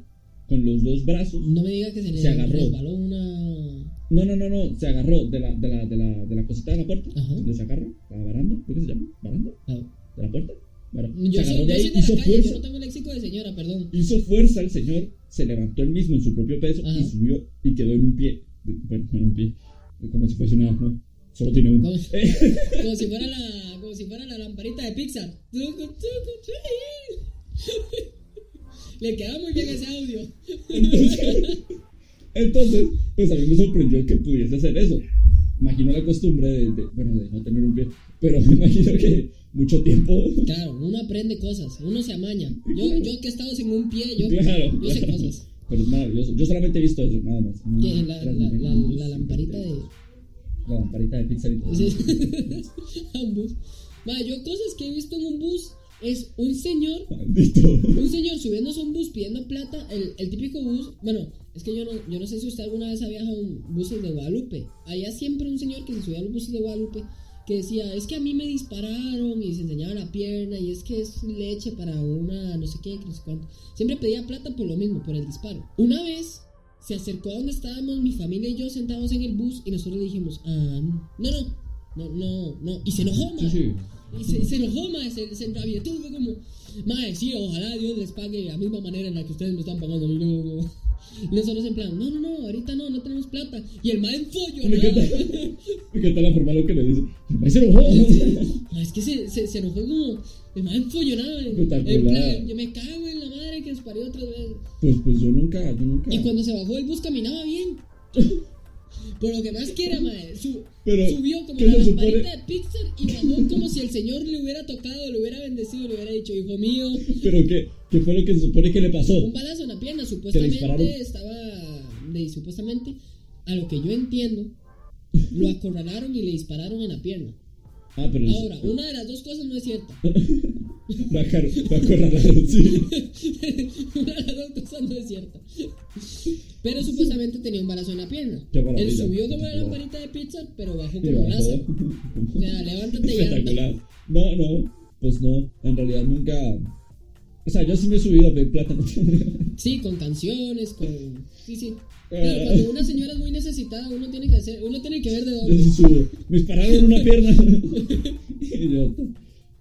B: con los dos brazos.
A: no me diga que se le
B: Se agarró.
A: resbaló una.
B: No, no, no, no, se agarró de la, de la, de la, de la cosita de la puerta,
A: Ajá.
B: donde se agarra, la baranda, ¿qué se llama? ¿Baranda?
A: Ah.
B: ¿De la puerta? Bueno, se
A: Yo soy,
B: agarró
A: yo
B: de ahí,
A: soy de
B: hizo
A: la calle,
B: fuerza.
A: yo no tengo léxico de señora, perdón.
B: Hizo fuerza el señor, se levantó él mismo en su propio peso
A: Ajá.
B: y subió y quedó en un pie. Bueno, en un pie. Como si fuese una. ¿no? Solo tiene uno.
A: Como-
B: Eh,
A: Como si fuera la, como si fuera la lamparita de Pixar. Tucu, tucu, tucu. Le queda muy bien ese audio.
B: Entonces, pues a mí me sorprendió que pudiese hacer eso. Imagino la costumbre de, de- bueno, de no tener un pie, pero me imagino que mucho tiempo.
A: Claro, uno aprende cosas, uno se amaña. Yo, yo que he estado sin un pie, yo,
B: claro,
A: yo sé
B: claro.
A: cosas.
B: Pero es maravilloso. Yo solamente he visto eso, nada más.
A: Que la, la, la, la, la lamparita de.
B: La lamparita de pizza y todo.
A: Sí. Un bus. Ma, yo cosas que he visto en un bus es un señor,
B: Maldito.
A: un señor subiéndose a un bus pidiendo plata, el, el típico bus, bueno, es que yo no, yo no sé si usted alguna vez ha viajado en buses de Guadalupe, había siempre un señor que se subía a los buses de Guadalupe que decía, es que a mí me dispararon y se enseñaba la pierna y es que es leche para una no sé qué, que no sé cuánto. Siempre pedía plata por lo mismo, por el disparo. Una vez se acercó a donde estábamos mi familia y yo sentados en el bus y nosotros le dijimos, ah, no, no, no, no, no. Y se enojó,
B: Sí,
A: mae.
B: sí.
A: Y se, se enojó, mae, se, se enrabietó y fue como, mae, sí, ojalá Dios les pague de la misma manera en la que ustedes me están pagando. a mí". Y nosotros en plan, no, no, no, ahorita no, no tenemos plata. Y el mae en follo,
B: Me encanta, me encanta la forma en la que le dice. El maíz se enojó.
A: Ah, Es que se, se, se enojó como de más enfollonado. en-
B: Espectacular.
A: en plan, yo me cago en la madre que disparé otra vez.
B: Pues, pues yo nunca, yo nunca.
A: Y cuando se bajó el bus caminaba bien. Por lo que más quiera, mae. Su-
B: Pero,
A: subió como
B: ¿qué
A: la
B: se supone?
A: lamparita de Pixar y bajó como si el Señor le hubiera tocado, le hubiera bendecido, le hubiera dicho, hijo mío,
B: Pero qué, qué fue lo que se supone que le pasó.
A: un balazo en la pierna. Supuestamente
B: dispararon.
A: estaba. De, supuestamente, a lo que yo entiendo, lo acorralaron y le dispararon en la pierna.
B: Ah, pero es-
A: Ahora, una de las dos cosas no es cierta.
B: lo acar- lo acorralaron, sí.
A: Una de las dos cosas no es cierta. Pero supuestamente tenía un balazo en la pierna.
B: Qué
A: Él
B: maravilla.
A: subió como la lamparita de pizza, pero bajó
B: Sí,
A: como un
B: bajó.
A: láser. O sea, levántate y anda.
B: Espectacular. No, no, pues no, en realidad nunca. O sea, yo sí me he subido a pedir plata, no
A: Sí, con canciones, con. Sí, sí. Claro,
B: Eh.
A: cuando una señora es muy necesitada, uno tiene que hacer, uno tiene que ver de
B: Yo sí
A: dónde.
B: subo. Me dispararon una pierna. Idiota.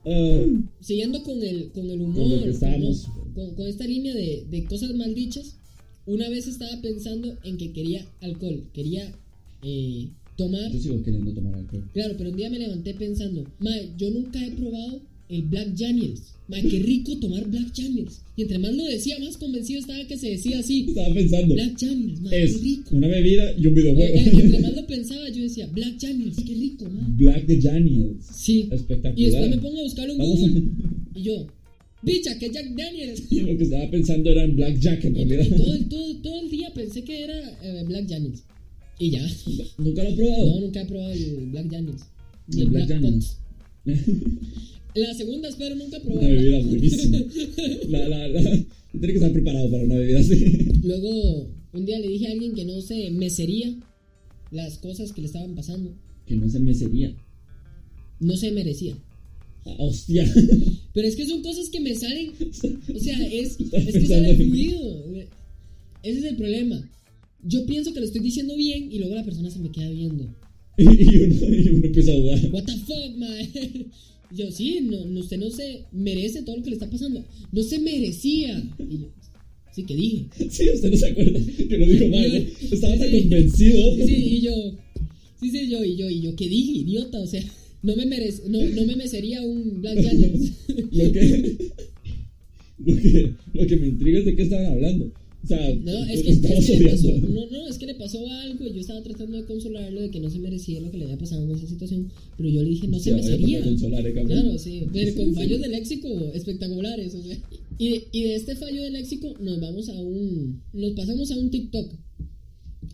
B: Ah,
A: Siguiendo con el, con el humor,
B: Con lo que estábamos.
A: con, con esta línea de, de cosas maldichas, una vez estaba pensando en que quería alcohol, quería eh, tomar
B: yo sigo queriendo tomar alcohol.
A: Claro, pero un día me levanté pensando, mae, yo nunca he probado el Black Daniels. Mae, qué rico tomar Black Daniels. Y entre más lo decía, más convencido estaba que se decía así.
B: Estaba pensando.
A: Black Daniels, mae,
B: Es
A: qué rico.
B: una bebida y un
A: Eh,
B: videojuego.
A: eh, entre más lo pensaba, yo decía, Black Daniels, qué rico, mae.
B: Black de Daniels.
A: Sí.
B: Espectacular.
A: Y después me pongo a buscarlo en
B: Vamos
A: Google.
B: a-
A: Y yo, bicha, que Jack Daniels.
B: Y lo que estaba pensando era en Black Jack en
A: Y, y
B: realidad.
A: todo, el- todo, todo el día pensé que era eh, Black Daniels. Y ya.
B: Nunca lo he probado.
A: No, nunca he probado el Black Daniels. Ni
B: Oh. El
A: el
B: Black
A: Black,
B: Daniels.
A: Cox. La segunda espero nunca
B: Una
A: probarla.
B: bebida buenísima. La, la, la. Tiene que estar preparado para una bebida así.
A: Luego, un día le dije a alguien que no se merecería las cosas que le estaban pasando.
B: Que no se me sería.
A: No se merecía.
B: Ah, hostia.
A: Pero es que son cosas que me salen. O sea, es,
B: Estaba
A: es que
B: pensando
A: sale
B: en-
A: fluido. Ese es el problema. Yo pienso que lo estoy diciendo bien y luego la persona se me queda viendo.
B: Y, y uno, y uno empieza a dudar.
A: What the fuck, mae. Yo, sí, no, no, usted no se merece todo lo que le está pasando. No se merecía. Y yo, sí, que dije.
B: Sí, usted no se acuerda. Que lo dijo mal. ¿no? Estaba tan
A: Sí.
B: convencido.
A: Sí, sí, y yo. Sí, sí, yo, y yo, y yo, ¿qué dije, idiota? O sea, no me merece, no, no me merecería un Black Daniels.
B: lo que lo que lo que me intriga es de qué estaban hablando o sea
A: No,
B: lo
A: es que, es que
B: estabas
A: le pasó,
B: odiando.
A: no, no, es que le pasó algo y yo estaba tratando de consolarlo de que no se merecía lo que le había pasado en esa situación, pero yo le dije, no se
B: Hostia, vaya
A: merecería.
B: forma de consolar, eh, cabrón.
A: Claro, sí, pero
B: Sí,
A: con
B: sí.
A: fallos de léxico espectaculares, o sea. Y de, y de este fallo de léxico nos vamos a un, nos pasamos a un TikTok,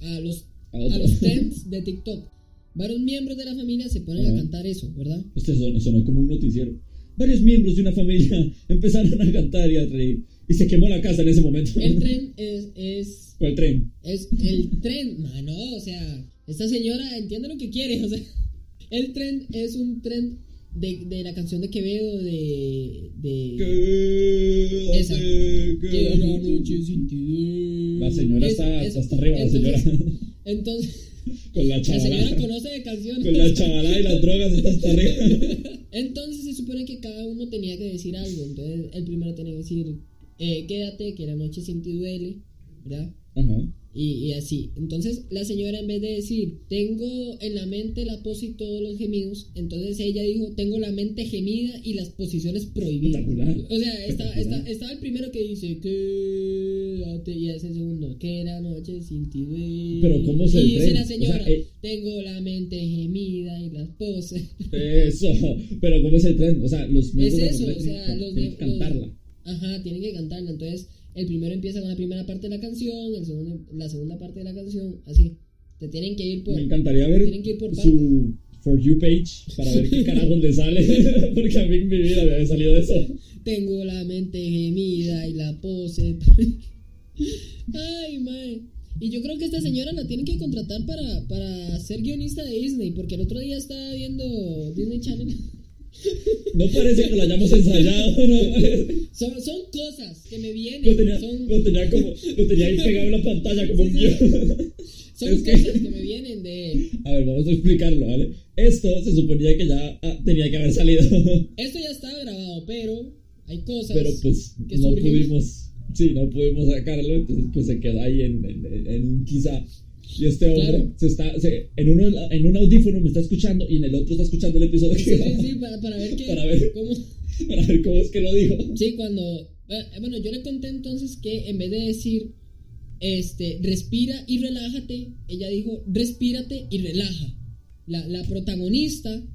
A: a los,
B: A
A: a
B: otro.
A: los trends de TikTok. Varios miembros de la familia se ponen
B: Ajá.
A: a cantar eso, ¿verdad?
B: Hostia, sonó, sonó como un noticiero varios miembros de una familia empezaron a cantar y a reír y se quemó la casa en ese momento
A: El tren es, es,
B: ¿Cuál tren
A: es el tren, mano, o sea, esta señora entiende lo que quiere, o sea, el tren es un tren de, de la canción de Quevedo, de... de
B: Quédate,
A: Esa.
B: quédate.
A: Quiero la noche sin ti.
B: la señora
A: Esa-
B: está
A: esa.
B: hasta arriba la
A: Entonces-
B: señora
A: Entonces,
B: con la
A: la señora
B: chavalada
A: conoce de canciones.
B: con la chavalada y las drogas está hasta arriba
A: Entonces se supone que cada uno tenía que decir algo, entonces el primero tenía que decir, eh, quédate, que la noche sin ti duele, ¿verdad?
B: ajá
A: Y, y así. Entonces la señora en vez de decir, tengo en la mente la pose y todos los gemidos, entonces ella dijo, tengo la mente gemida y las posiciones prohibidas.
B: espectacular
A: O sea, está,
B: Espectacular.
A: está- estaba el primero que dice, quédate, y es el segundo, que la noche sin ti duele.
B: Pero, ¿cómo se
A: Y dice
B: detén?
A: la
B: O sea,
A: señora,
B: eh.
A: tengo la mente gemida y las poses.
B: Eso, pero ¿cómo es el tren? O sea, los miembros
A: Es
B: de la
A: eso,
B: familia
A: o sea,
B: tienen que-
A: los
B: tienen que
A: miembros-
B: cantarla.
A: Ajá, tienen que cantarla. Entonces, el primero empieza con la primera parte de la canción, el segundo, la segunda parte de la canción, así. Te tienen que ir por.
B: Me encantaría ver
A: Tienen que ir por
B: su, For You page para ver qué carajos le sale. Porque a mí en mi vida me había salido eso.
A: Tengo la mente gemida y la pose. Ay, mae. Y yo creo que esta señora la tienen que contratar para, para ser guionista de Disney, porque el otro día estaba viendo Disney Channel.
B: No parece que lo hayamos ensayado, no parece.
A: Son, son cosas que me vienen.
B: Lo tenía,
A: son
B: lo tenía como, lo tenía ahí pegado en la pantalla como un
A: Sí, sí.
B: guión.
A: son
B: es que-
A: cosas que... me vienen de...
B: A ver, vamos a explicarlo, ¿vale? Esto se suponía que ya ah, tenía que haber salido.
A: Esto ya está grabado, pero hay cosas...
B: Pero pues
A: que
B: no
A: surgen.
B: pudimos, sí, no pudimos sacarlo, entonces pues se quedó ahí en, en, en- en un quizá. Y este hombre
A: Claro.
B: se está, se- en, uno, en un audífono me está escuchando y en el otro está escuchando el episodio que
A: Sí, sí,
B: grabamos
A: sí, para, para ver qué...
B: Para ver.
A: cómo-
B: para ver cómo es que lo dijo.
A: Sí, cuando... eh, Bueno, yo le conté entonces que en vez de decir, este, respira y relájate, ella dijo, respírate y relaja. La, la protagonista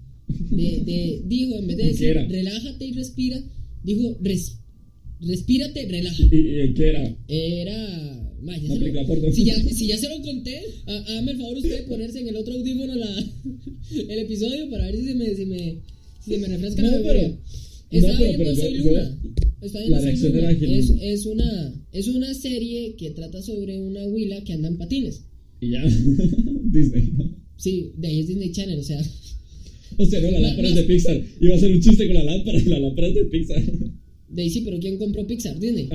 A: de, de- dijo, en vez de
B: ¿Y qué
A: decir,
B: era?
A: relájate y respira, dijo, "Res- respírate, relaja.
B: ¿Y, y en qué era?
A: Era. ma, ya se
B: Una
A: lo-
B: película porno.
A: si, ya, si ya se lo conté, ha- hágame el favor usted de ponerse en el otro audífono la, el episodio para ver si se me, si me, si se me refresca
B: No,
A: la memoria.
B: pero-
A: Está
B: no, pero-
A: viendo
B: pero yo-
A: Soy
B: yo-
A: Luna. Está viendo
B: la
A: Soy
B: reacción
A: Luna.
B: era genuina.
A: es, es, una, es una serie que trata sobre una huila que anda en patines.
B: Y ya, Disney, ¿no?
A: Sí, de ahí es Disney Channel, o sea.
B: O sea, no, la
A: No,
B: lámpara es
A: no.
B: de Pixar. Iba a hacer un chiste con la lámpara y la lámpara es de Pixar.
A: De ahí sí, pero ¿quién compró Pixar? Disney.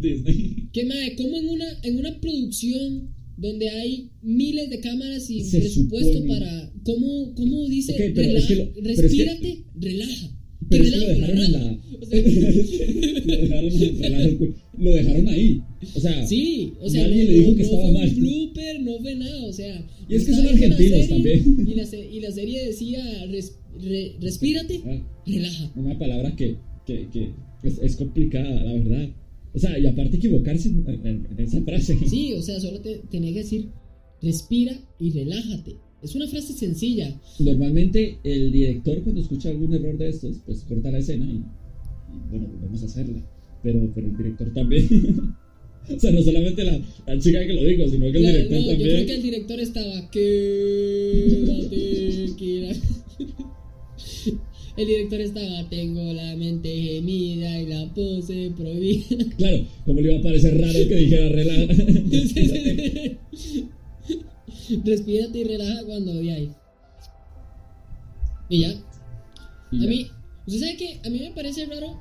B: Disney.
A: ¿Qué mae? ¿Cómo en una, en una producción donde hay miles de cámaras y
B: Se
A: presupuesto
B: supone.
A: para. ¿Cómo, cómo dice?
B: Ok, pero
A: relaja,
B: es que lo- pero es que-
A: respírate, relaja.
B: Pero
A: Te
B: es que lo
A: relajo,
B: dejaron en la.
A: relajo. O sea,
B: lo, dejaron en el relajo, el culo. Lo dejaron ahí. O sea,
A: sí, o sea,
B: Nadie
A: no,
B: le dijo
A: no-
B: que
A: no
B: estaba
A: fue
B: mal.
A: un blooper, no fue nada, o sea.
B: Y es que
A: estaba
B: son
A: viendo la
B: argentinos también.
A: Y la, se- y la serie decía: res- re- respírate,
B: ah,
A: relaja.
B: una palabra que, que, que es, es complicada, la verdad. O sea, y aparte equivocarse en, en- en esa frase.
A: Sí, o sea, solo te, tenía que decir: respira y relájate. Es una frase sencilla.
B: Normalmente el director cuando escucha algún error de estos, pues corta la escena y, y, bueno, vamos a hacerla. Pero, pero el director también. o sea, no solamente la, la chica que lo dijo, sino que el
A: Claro,
B: director
A: no,
B: también.
A: Yo creo que el director estaba. Quédate, Kira". El director estaba. Tengo la mente gemida y la pose prohibida.
B: Claro, como le iba a parecer raro que dijera relaja.
A: Respírate y relaja cuando veáis. Y ya.
B: Y
A: A
B: ya.
A: mí, ¿usted sabe qué? A mí me parece raro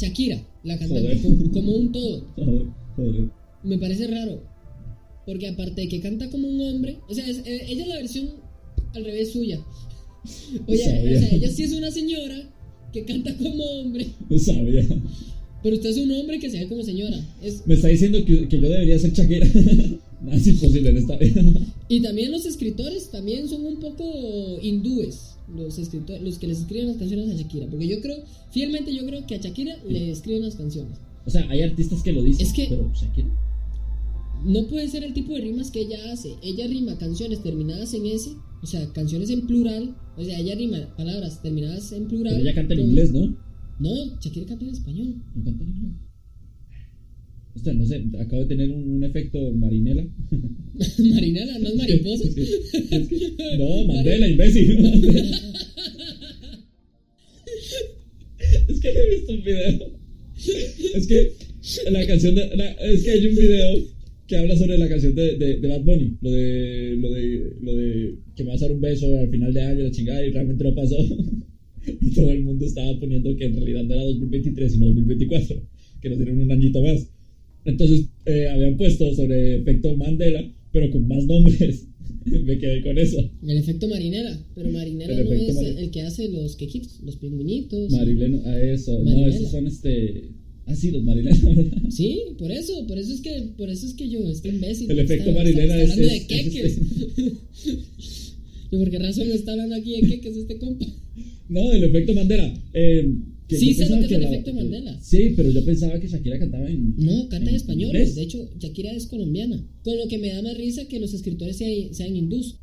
A: Shakira, la cantante,
B: Joder.
A: como, como un todo.
B: Joder, joder.
A: Me parece raro. Porque aparte de que canta como un hombre, o sea, es- eh, ella es la versión al revés suya. Oye,
B: Sabía.
A: o sea, ella sí es una señora que canta como hombre,
B: No sabía.
A: pero usted es un hombre que se ve como señora. Es,
B: Me está diciendo que, que yo debería ser Shakira. Nada es imposible en esta vida.
A: y también los escritores también son un poco hindúes, los escritores, los que les escriben las canciones a Shakira, porque yo creo, fielmente yo creo que a Shakira le escriben las canciones.
B: O sea, hay artistas que lo dicen,
A: Es que-
B: pero Shakira.
A: No puede ser el tipo de rimas que ella hace. Ella rima canciones terminadas en S, o sea, canciones en plural. O sea, ella rima palabras terminadas en plural.
B: Pero ella canta en
A: con-
B: inglés, ¿no?
A: No, Shakira canta en español.
B: No canta en inglés. O sea, no sé, acabo de tener un, un efecto marinela.
A: Marinela, no es mariposa.
B: No, Mandela, imbécil. es que he visto un video. Es que la canción de, la- es que hay un video que habla sobre la canción de, de, de Bad Bunny, lo de, lo de lo de que me vas a dar un beso al final de año la chingada y realmente no pasó. Y todo el mundo estaba poniendo que en realidad no era 2023 sino 2024, que nos dieron un añito más. Entonces eh, habían puesto sobre efecto Mandela, pero con más nombres. Me quedé con eso.
A: El efecto marinela. Pero marinela
B: El
A: no
B: efecto
A: es
B: Mari-
A: el que hace los quejitos, los pingüinitos.
B: Marileno, a eso. No,
A: Marinela.
B: esos son este. Ah, sí, los Marilenos, ¿verdad?
A: Sí, por eso, por eso es que, por eso es que yo, este imbécil.
B: El
A: está-
B: efecto
A: está- está
B: Marinela es- este,
A: hablando
B: es-
A: de queques. Yo por qué razón está hablando aquí de queques este compa.
B: No, el efecto Mandela. Eh,
A: Sí,
B: yo
A: sé lo
B: pensaba
A: que es el
B: hablaba-
A: efecto Mandela.
B: Sí, pero yo pensaba que Shakira cantaba en.
A: No, canta en español.
B: inglés.
A: De hecho, Shakira es colombiana. Con lo que me da más risa que los escritores sean, sean hindús.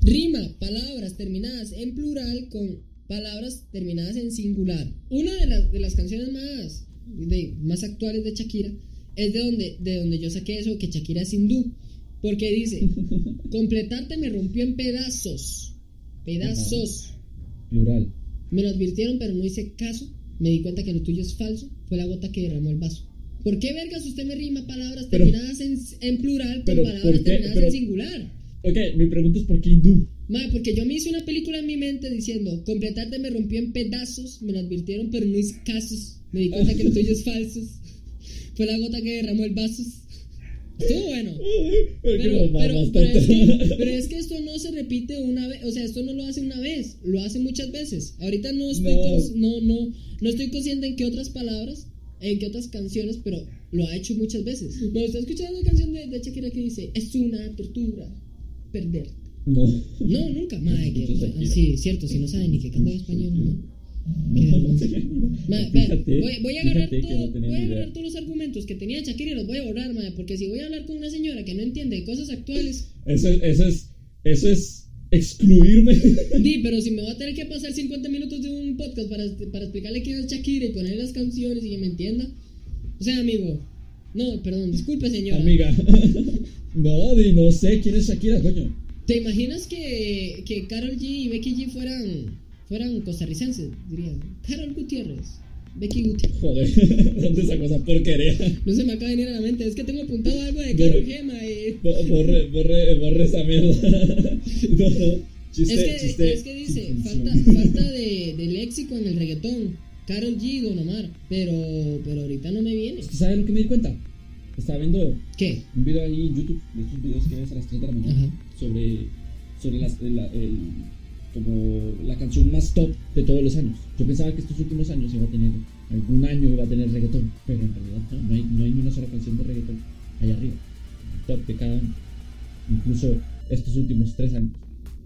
A: Rima palabras terminadas en plural con palabras terminadas en singular. Una de las, de las canciones más, de, más actuales de Shakira es de donde, de donde yo saqué eso, que Shakira es hindú. Porque dice, completarte me rompió en pedazos. Pedazos.
B: Plural.
A: Me lo advirtieron, pero no hice caso. Me di cuenta que lo tuyo es falso. Fue la gota que derramó el vaso. ¿Por qué vergas usted me rima palabras
B: Pero-
A: terminadas en, en plural con
B: pero,
A: palabras
B: ¿por qué?
A: terminadas
B: Pero-
A: en singular?
B: Ok, mi pregunta es por qué hindú.
A: Mae, porque yo me hice una película en mi mente diciendo, completarte me rompió en pedazos, me lo advirtieron, pero no hice casos. Me di cuenta que lo tuyo es falso. Fue la gota que derramó el vaso. Estuvo bueno. Pero, pero-
B: Pero,
A: pero es que, pero es que esto no se repite una vez, o sea, esto no lo hace una vez, lo hace muchas veces. Ahorita no estoy,
B: No.
A: cons- no. No, no, estoy consciente en qué otras palabras, en qué otras canciones, pero lo ha hecho muchas veces. Bueno, está escuchando la canción de, de Shakira que dice, es una tortura perderte.
B: No.
A: No, nunca, madre, que, ah,
B: Entonces, Shakira.
A: sí, cierto, si no saben ni que canta en español, no. Qué vergüenza. Madre,
B: Fíjate,
A: voy, voy a agarrar,
B: fíjate que
A: todo-
B: no tenía
A: voy a
B: ni idea.
A: agarrar todos los argumentos que tenía Shakira y los voy a borrar, madre, porque si voy a hablar con una señora que no entiende de cosas actuales...
B: Eso es, eso es, eso es excluirme.
A: Di, pero si me va a tener que pasar 50 minutos de un podcast para, para explicarle quién es Shakira y ponerle las canciones y que me entienda. O sea, amigo. No, perdón, disculpe, señora.
B: Amiga. No, di, no sé quién es Shakira, coño.
A: ¿Te imaginas que, que Carol G y Becky G fueran, fueran costarricenses? Diría. Carol Gutiérrez. Becky Gutiérrez.
B: Joder, ¿dónde esa cosa porquería?
A: No se me acaba de venir a la mente. Es que tengo apuntado algo de
B: Pero-
A: Carol G, eh. mae.
B: Bo- Borre, borre, borre esa mierda. No, no.
A: Es
B: Chiste,
A: que,
B: chiste.
A: es que dice,
B: sin
A: falta,
B: función.
A: falta de, de léxico en el reggaetón. Carol G y Don Omar. Pero, pero ahorita no me viene.
B: ¿Usted sabe lo que me di cuenta? Estaba viendo
A: ¿Qué?
B: un video ahí en YouTube, de estos videos que ves a las 3 de la mañana, sobre, sobre las- el- la, el- como la canción más top de todos los años. Yo pensaba que estos últimos años iba a tener, algún año iba a tener reggaetón, pero en realidad no, no hay, no hay ni una sola canción de reggaetón allá arriba, top de cada año. Incluso estos últimos 3 años.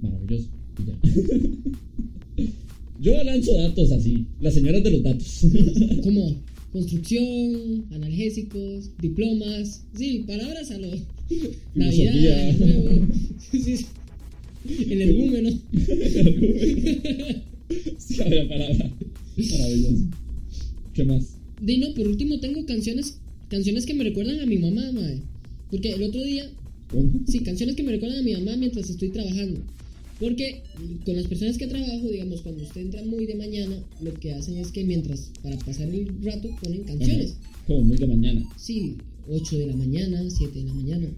B: Maravilloso. y ya. Yo lanzo datos así, las señoras de los datos.
A: como construcción, analgésicos, diplomas, sí, palabras a lo Navidad,
B: Filosofía.
A: Año nuevo, sí, sí. el ergúmeno.
B: sí, había palabra. Maravilloso. ¿Qué más?
A: De no, por último tengo canciones, canciones que me recuerdan a mi mamá, madre. Porque el otro día,
B: ¿Cómo?
A: sí, canciones que me recuerdan a mi mamá mientras estoy trabajando. Porque con las personas que trabajo, digamos, cuando usted entra muy de mañana, lo que hacen es que mientras, para pasar el rato, ponen canciones.
B: Ajá. Como muy de mañana.
A: Sí, 8 de la mañana, 7 de la mañana.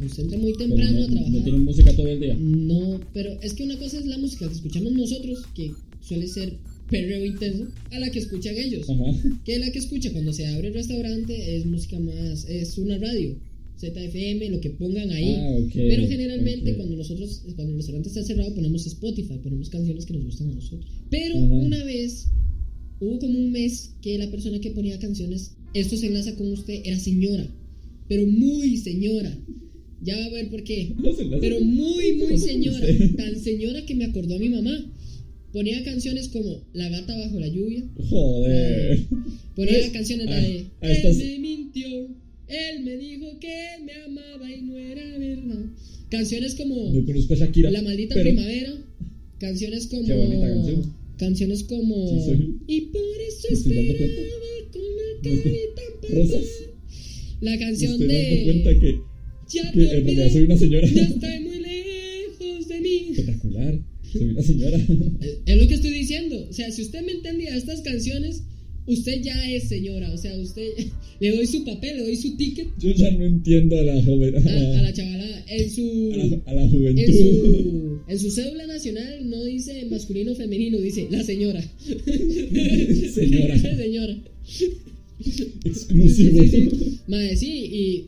A: Nos entra muy
B: Pero
A: temprano
B: no,
A: a trabajar.
B: no tienen música todo el día.
A: No, pero es que una cosa es la música que escuchamos nosotros, que suele ser perreo intenso, a la que escuchan ellos.
B: Ajá.
A: Que la que escucha cuando se abre el restaurante es música más, es una radio, ZFM, lo que pongan ahí.
B: Ah, ok.
A: Pero generalmente
B: ok.
A: cuando nosotros, cuando el restaurante está cerrado, ponemos Spotify, ponemos canciones que nos gustan a nosotros. Pero
B: Ajá.
A: una vez, hubo como un mes que la persona que ponía canciones, esto se enlaza con usted, era señora, pero muy señora. Ya va a ver por qué. Pero muy, muy señora. Tan señora que me acordó a mi mamá. Ponía canciones como La gata bajo la lluvia.
B: Joder.
A: Ponía
B: Pues,
A: canciones
B: ah,
A: la de
B: ah, estás-
A: Él me mintió. Él me dijo que me amaba y no era verdad. Canciones como
B: No conozco a Shakira.
A: La maldita
B: pero-
A: primavera. Canciones como.
B: Qué bonita canción.
A: Canciones como.
B: Sí, soy-
A: Y por eso
B: Me estoy dando
A: esperaba con la
B: Me estoy-
A: carita en
B: Rosas.
A: La
B: Me
A: canción
B: estoy
A: de.
B: dando cuenta que,
A: Ya te
B: que en realidad
A: olvidé,
B: soy una señora.
A: ya estoy muy lejos de mí.
B: Espectacular. Soy una señora.
A: Eh, Es lo que estoy diciendo. O sea, si usted me entendía estas canciones, usted ya es señora. O sea, usted le doy su papel, le doy su ticket
B: Yo ya no entiendo a la joven.
A: a, a la
B: A
A: chavalada. En
B: la,
A: su,
B: a la
A: en
B: juventud.
A: su en su cédula nacional no dice masculino o femenino, dice la señora.
B: Señora.
A: señora.
B: Exclusivo.
A: Sí, sí, sí. Mae, sí, y.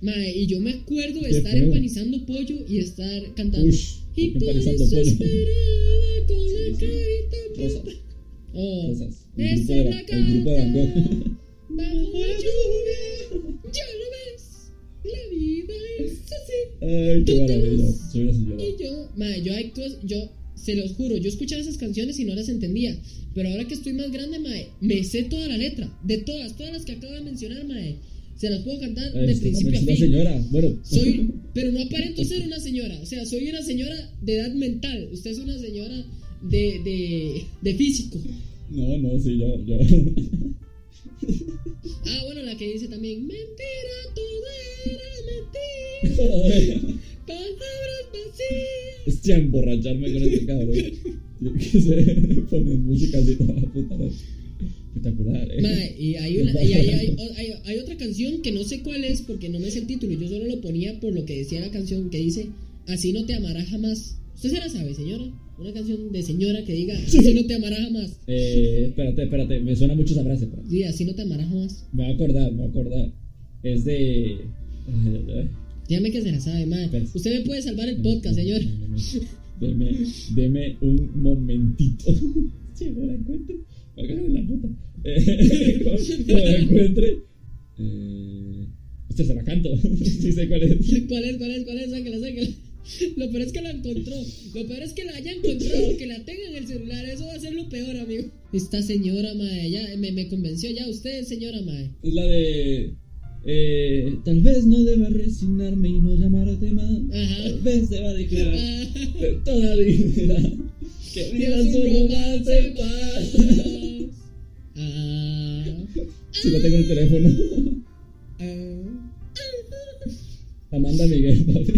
A: mae, y yo me acuerdo de
B: Qué
A: estar
B: feo.
A: empanizando pollo y estar cantando.
B: Ush,
A: y por eso
B: empanizando pollo.
A: esperaba con la
B: Sí, sí.
A: carita en
B: Rosas.
A: Oh,
B: Rosas. El
A: esa
B: grupo
A: es
B: de, Van-
A: la carta.
B: el grupo de Van Gogh.
A: Bajo la lluvia. Ya lo ves. La vida es así.
B: Ay, qué
A: Tú te
B: maravilla.
A: vas.
B: Soy una señora.
A: Y yo, madre, yo hay cosas, yo se los juro, yo escuchaba esas canciones y no las entendía. Pero ahora que estoy más grande, madre, me sé toda la letra. De todas, todas las que acabo de mencionar, madre. Se las puedo cantar
B: Ay,
A: de
B: usted también
A: principio
B: Ah, es
A: a
B: una
A: fin.
B: señora. Bueno.
A: Soy, pero no aparento ser una señora. O sea, soy una señora de edad mental. Usted es una señora de, de, de físico.
B: No, no, sí, yo, yo.
A: Ah, bueno, la que dice también, mentira, todo era mentira.
B: Todo, eh.
A: Palabras vacías.
B: Es ya emborracharme con este cabrón. Yo que sé, poner música así toda la puta noche. Espectacular, eh.
A: Mae, y hay, una, y hay, hay- hay- hay otra canción que no sé cuál es porque no me sé el título. Yo solo lo ponía por lo que decía la canción que dice Así no te amará jamás. ¿Usted se la sabe, señora? Una canción de señora que diga Así no te amará jamás.
B: Eh, espérate, espérate, me suena mucho esa frase, espérate.
A: Sí, así no te amará jamás.
B: Me voy a acordar, me voy a acordar. Es de.
A: Dígame que se la sabe, mae.
B: Pues.
A: Usted me puede salvar el podcast, señor.
B: Deme, deme un momentito. Si no la encuentro, hágame la puta. Eh, cuando la encuentre, eh, usted se la canto. Sí sé cuál es.
A: ¿Cuál es, cuál es, cuál es? Sáquela, sáquela. Lo peor es que la encontró. Lo peor es que la haya encontrado, que la tenga en el celular. Eso va a ser lo peor, amigo. Esta señora, mae, ya me, me convenció ya usted, señora, mae.
B: Es la de. eh, tal vez no deba resignarme y no llamarte más.
A: Ajá.
B: Tal vez deba declarar
A: Ah.
B: de toda dignidad que viva su romance en paz.
A: Ah,
B: Si lo tengo en el teléfono.
A: ah.
B: Amanda Miguel, papi.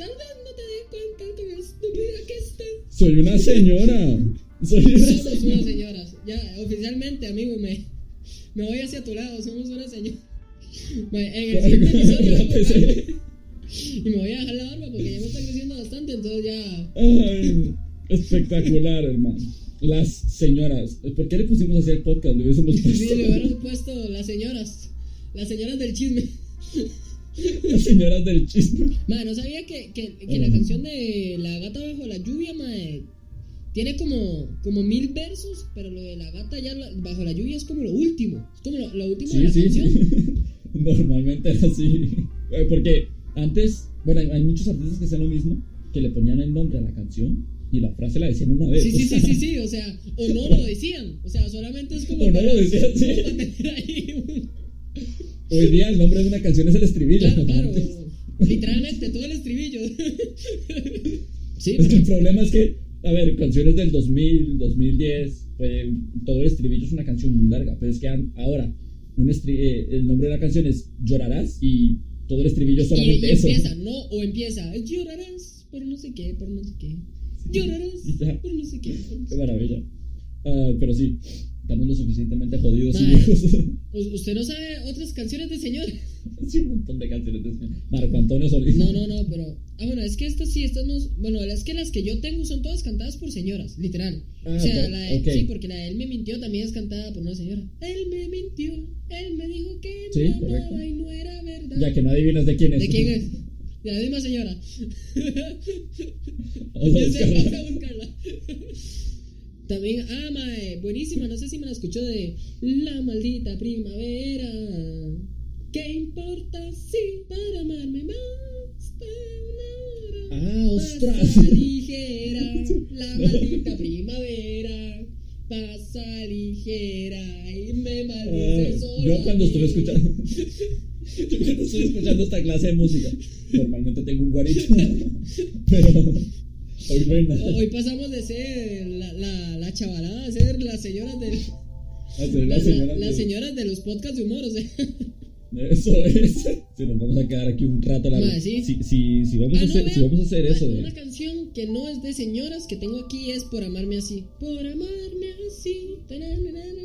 A: Tal vez no te di cuenta con la estúpida que estás.
B: Soy una señora. Soy una
A: Somos unas
B: señora.
A: señoras. Ya, oficialmente, amigo, me, me voy hacia tu lado. Somos una señora. En el siguiente episodio voy
B: La
A: a cortar
B: PC.
A: y me voy a dejar la barba porque ya me está creciendo bastante. Entonces ya.
B: Ay, espectacular, hermano. Las señoras. ¿Por qué le pusimos así al podcast? Le hubiésemos
A: Sí,
B: puesto
A: le hubieran puesto las señoras. Las señoras del chisme.
B: las señoras del chisme.
A: Madre, no sabía que, que- que la
B: Ajá.
A: canción de La gata bajo la lluvia, madre, tiene como, como mil versos, pero lo de la gata ya la- bajo la lluvia es como lo último. Es como lo, lo último de
B: Sí,
A: la
B: sí,
A: canción.
B: sí. Normalmente era así. Eh, Porque antes, bueno, hay, hay muchos artistas que hacen lo mismo, que le ponían el nombre a la canción y la frase la decían una vez.
A: Sí, sí, sí, sí, sí, o sea, o no lo decían, o sea, solamente es como
B: O no lo decían, sí.
A: como para tener ahí un-
B: Hoy día el nombre de una canción es el estribillo.
A: Claro, claro,
B: Antes-
A: literalmente todo el estribillo. Sí,
B: Es que el
A: pero-
B: problema es que, a ver, canciones del 2000, 2010, pues todo el estribillo es una canción muy larga, pero es que an- ahora un estri- eh, el nombre de la canción es Llorarás y todo el estribillo es
A: y,
B: solamente
A: y
B: eso.
A: empieza, no, o empieza, llorarás por no sé qué, por no sé qué. Llorarás
B: Y ya.
A: por no sé qué. por no sé
B: Qué maravilla. Ah, pero sí, estamos lo suficientemente jodidos y
A: Mae.
B: viejos.
A: U- Pues, ¿Usted no sabe otras canciones de señor?
B: sí, un montón de canciones de Marco Antonio Solís.
A: No, no, no, pero. Ah, bueno, es que estas sí, estas no. Bueno, es que las que yo tengo son todas cantadas por señoras, literal.
B: Ah,
A: o sea,
B: ok,
A: la de,
B: ok.
A: sí, porque la de Él me mintió también es cantada por una señora. Él me mintió, él me dijo que
B: Sí,
A: me
B: correcto.
A: amaba y no era verdad.
B: Ya que no adivinas de quién es.
A: ¿De quién es? De la misma señora.
B: Vamos a
A: Yo sé,
B: buscarla.
A: vamos a buscarla. También, ah, mae, buenísima, no sé si me la escuchó de La maldita primavera. ¿Qué importa si para amarme más para una hora?
B: Ah, ostras.
A: Pasa ligera, la maldita primavera. Pasa ligera y me maldice
B: Ah,
A: sola.
B: yo cuando estuve escuchando yo cuando estuve escuchando esta clase de música normalmente tengo un guarito pero hoy no hay nada
A: Hoy pasamos de ser la, la, la chavalada a ser las señoras del.
B: a ser la
A: Las
B: señora
A: las
B: de-
A: señoras de los podcasts de humor, o sea.
B: eso es si nos vamos a quedar aquí un rato largo
A: Ma, sí.
B: si, si, si vamos
A: Ah,
B: a
A: no,
B: hacer,
A: vean,
B: si vamos a hacer eso
A: hay
B: de-
A: Una canción que no es de señoras que tengo aquí es Por amarme así. Por amarme así. Tanananananananananana.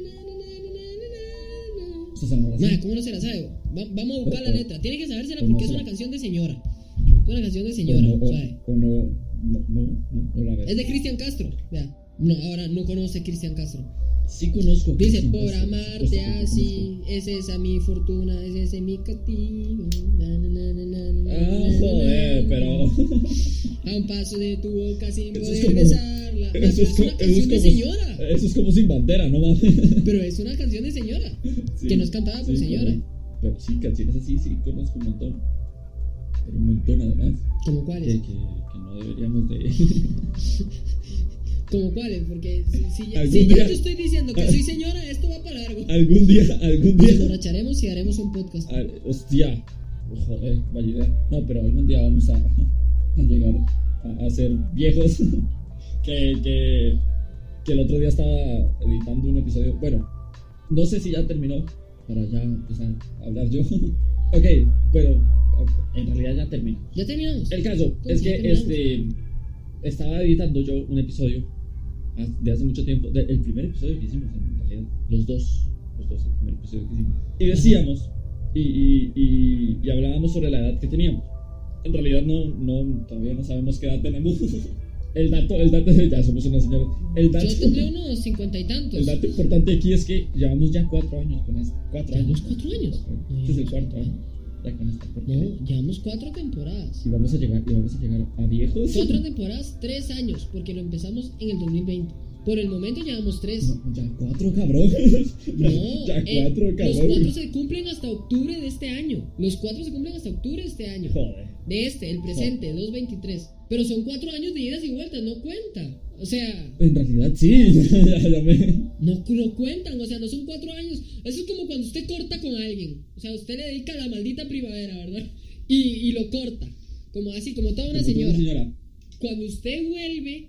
B: ¿Ustedes saben ahora sí?
A: Madre, ¿cómo no se la sabe? Va- vamos a buscar
B: O-
A: la
B: o-
A: letra. Tiene que sabérsela
B: o no
A: porque es
B: se la-
A: una canción de señora. Es una canción de señora,
B: o no, o-
A: suave.
B: o no, no, no, no, no la veo.
A: Es de Cristian Castro. Vea. No, ahora no conoce Cristian Castro.
B: sí conozco a
A: Dice,
B: Cristian
A: por
B: Castro, por
A: amarte
B: supuesto pues, que lo
A: así, es esa mi fortuna, es ese mi castigo. Na, na, na, na, na,
B: conozco.
A: na,
B: ah
A: na,
B: joder
A: na,
B: pero
A: A un paso de tu boca sin
B: Eso es
A: poder
B: como-
A: besarla. Pero es,
B: co-
A: una canción de
B: como-
A: señora.
B: eso es como sin bandera no mames
A: Pero es una canción de señora. Que nos cantaba por señora.
B: correcto. Pero sí, canciones así sí conozco un montón. Pero un montón además.
A: ¿Como cuáles?
B: Que, que, que no deberíamos de.
A: ¿Como cuáles? Porque si, si ya,
B: Algún
A: si ya
B: día-
A: te estoy diciendo que soy señora, esto va para largo.
B: algún día, algún
A: Nos
B: día.
A: emborracharemos y haremos un podcast.
B: al- hostia. oh, Joder, vaya idea. No, pero algún día vamos a, a llegar a, a ser viejos. que, que, que el otro día estaba editando un episodio. Bueno, no sé si ya terminó. Para ya empezar a hablar yo. Ok, pero en realidad ya termino.
A: Ya terminamos.
B: El caso
A: Pues
B: es
A: ya
B: que
A: terminamos.
B: este estaba editando yo un episodio ha- de hace mucho tiempo, de- el primer episodio que hicimos en realidad, los dos, los dos, el primer episodio que hicimos. Y decíamos y, y- y- y hablábamos sobre la edad que teníamos. En realidad no, no todavía no sabemos qué edad tenemos. El dato, el dato, ya somos una señora. El dato,
A: Yo tendré unos cincuenta y tantos.
B: el dato importante aquí es que llevamos ya cuatro años con esto. Cuatro
A: Llevamos
B: años.
A: cuatro años.
B: Este es el cuarto año. Ya con esta porquería.
A: No, llevamos cuatro temporadas.
B: Y vamos a llegar, y vamos a llegar a viejos.
A: Cuatro temporadas, tres años, porque lo empezamos en el 2020. Por el momento llevamos tres.
B: No, ya cuatro, cabrón.
A: No,
B: ya
A: eh,
B: cuatro,
A: los
B: cabrón.
A: cuatro se cumplen hasta octubre de este año. Los cuatro se cumplen hasta octubre de este año.
B: Joder.
A: De este, el presente, 223. Pero son cuatro años de idas y vueltas, no cuenta. O sea,
B: En realidad sí, ya, ya me-
A: no, no cuentan, o sea, no son cuatro años. Eso es como cuando usted corta con alguien. O sea, usted le dedica la maldita primavera, ¿verdad? Y, y lo corta. Como así, como toda una
B: Como tú,
A: señora.
B: señora.
A: Cuando usted vuelve,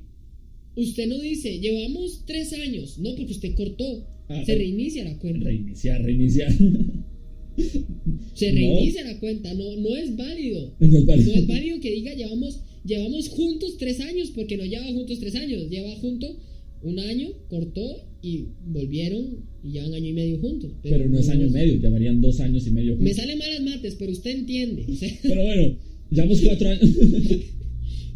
A: usted no dice, llevamos tres años. No, porque usted cortó.
B: Ah,
A: se
B: re-
A: reinicia la cuenta.
B: Reiniciar, reiniciar.
A: se
B: no.
A: reinicia la cuenta. No, no es válido.
B: No es válido.
A: No es válido que diga llevamos, llevamos juntos tres años, porque no lleva juntos tres años, lleva junto un año, cortó y volvieron y llevan año y medio juntos.
B: Pero no es año y medio, ya varían dos años y medio.
A: Me salen malas mates, pero usted entiende. o sea,
B: Pero bueno, llevamos cuatro años.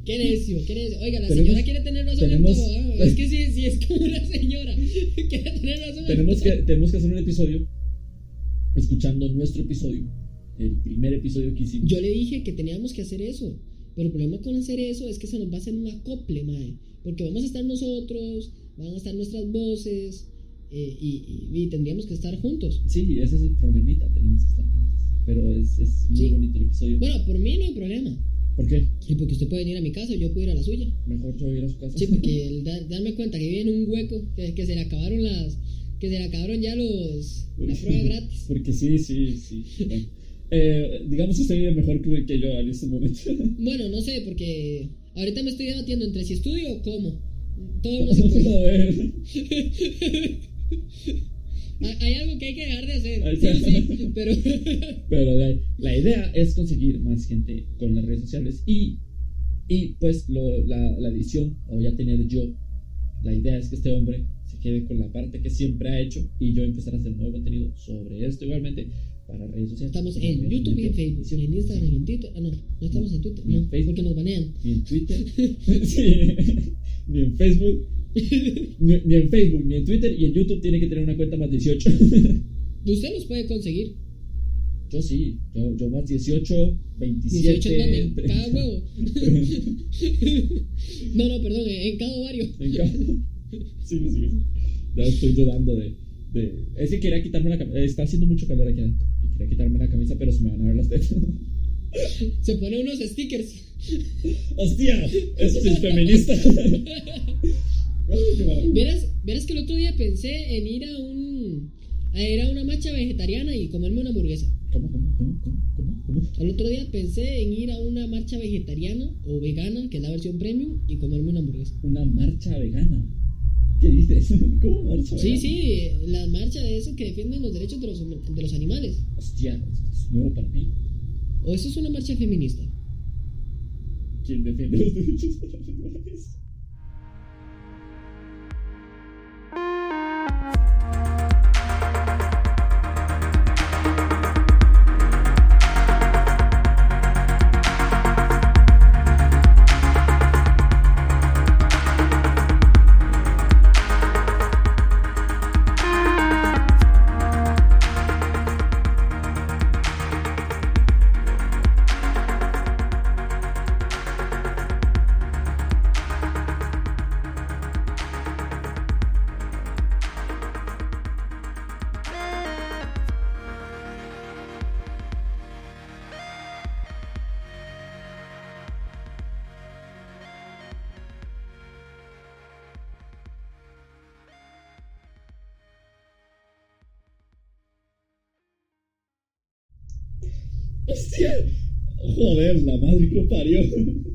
A: qué necio, qué necio. Oiga, la
B: Tenemos-
A: señora quiere tener razón
B: tenemos-
A: en todo. ah, Es que sí, sí, es como una señora. quiere tener razón en
B: tenemos,
A: todo.
B: que, tenemos que hacer un episodio escuchando nuestro episodio. El primer episodio que hicimos.
A: Yo le dije que teníamos que hacer eso. Pero el problema con hacer eso es que se nos va a hacer un acople, mae. Porque vamos a estar nosotros, van a estar nuestras voces. eh, y, y- y tendríamos que estar juntos.
B: Sí, ese es el problemita, tenemos que estar juntos. Pero es, es muy
A: Sí.
B: bonito el episodio.
A: Bueno, por mí no hay problema.
B: ¿Por qué?
A: Y porque usted puede venir a mi casa, yo puedo ir a la suya.
B: Mejor yo ir a su casa.
A: Sí, porque el da- darme cuenta que vive en un hueco, que, que se le acabaron las. que se le acabaron ya los. la prueba gratis.
B: Porque sí, sí, sí. Bueno. Eh, digamos que usted vive mejor que, que yo en este momento.
A: Bueno, no sé, porque. ahorita me estoy debatiendo entre si estudio o cómo. Todo no se puede.
B: Joder.
A: Hay- Ah, Hay algo que hay que dejar de hacer.
B: Ahí
A: Sí,
B: está.
A: sí, pero.
B: Pero de ahí, la idea es conseguir más gente con las redes sociales y, y pues lo- la, la edición la voy a tener yo. La idea es que este hombre se quede con la parte que siempre ha hecho y yo empezar a hacer nuevo contenido sobre esto igualmente para redes sociales.
A: Estamos
B: Para
A: en
B: redes
A: YouTube y en
B: sociales.
A: Facebook, en Instagram y en Twitter. Ah, no, no estamos en Twitter,
B: Ni en
A: no,
B: Facebook.
A: porque nos banean.
B: ni en Twitter, sí, ni en Facebook, ni, ni en Facebook, ni en Twitter y en YouTube tiene que tener una cuenta más 18.
A: Usted los puede conseguir.
B: Yo sí, yo, yo más 18, 27.
A: 18 en donde, en
B: 30.
A: cada huevo. no, no, perdón, en cada ovario.
B: En cada- Sí, sí, sí. Ya estoy dudando de, de- Es que quería quitarme la camisa. Está haciendo mucho calor aquí adentro. Y quería quitarme la camisa, pero se me van a ver las tetas.
A: Se pone unos stickers.
B: ¡Hostia! Eso sí es feminista.
A: Verás, verás que el otro día pensé en ir a un. a ir a una macha vegetariana y comerme una hamburguesa.
B: ¿Cómo, cómo, cómo, cómo, cómo, cómo?
A: El otro día pensé en ir a una marcha vegetariana o vegana, que es la versión premium, y comerme una hamburguesa.
B: Una marcha vegana. ¿Qué dices? ¿Cómo marcha
A: Sí,
B: vegana?
A: sí, la marcha de eso que defienden los derechos de los, hum- de los animales.
B: Hostia, esto es nuevo para mí.
A: ¿O eso es una marcha feminista?
B: ¿Quién defiende los derechos de los animales? Hostia. Joder, la madre que lo parió.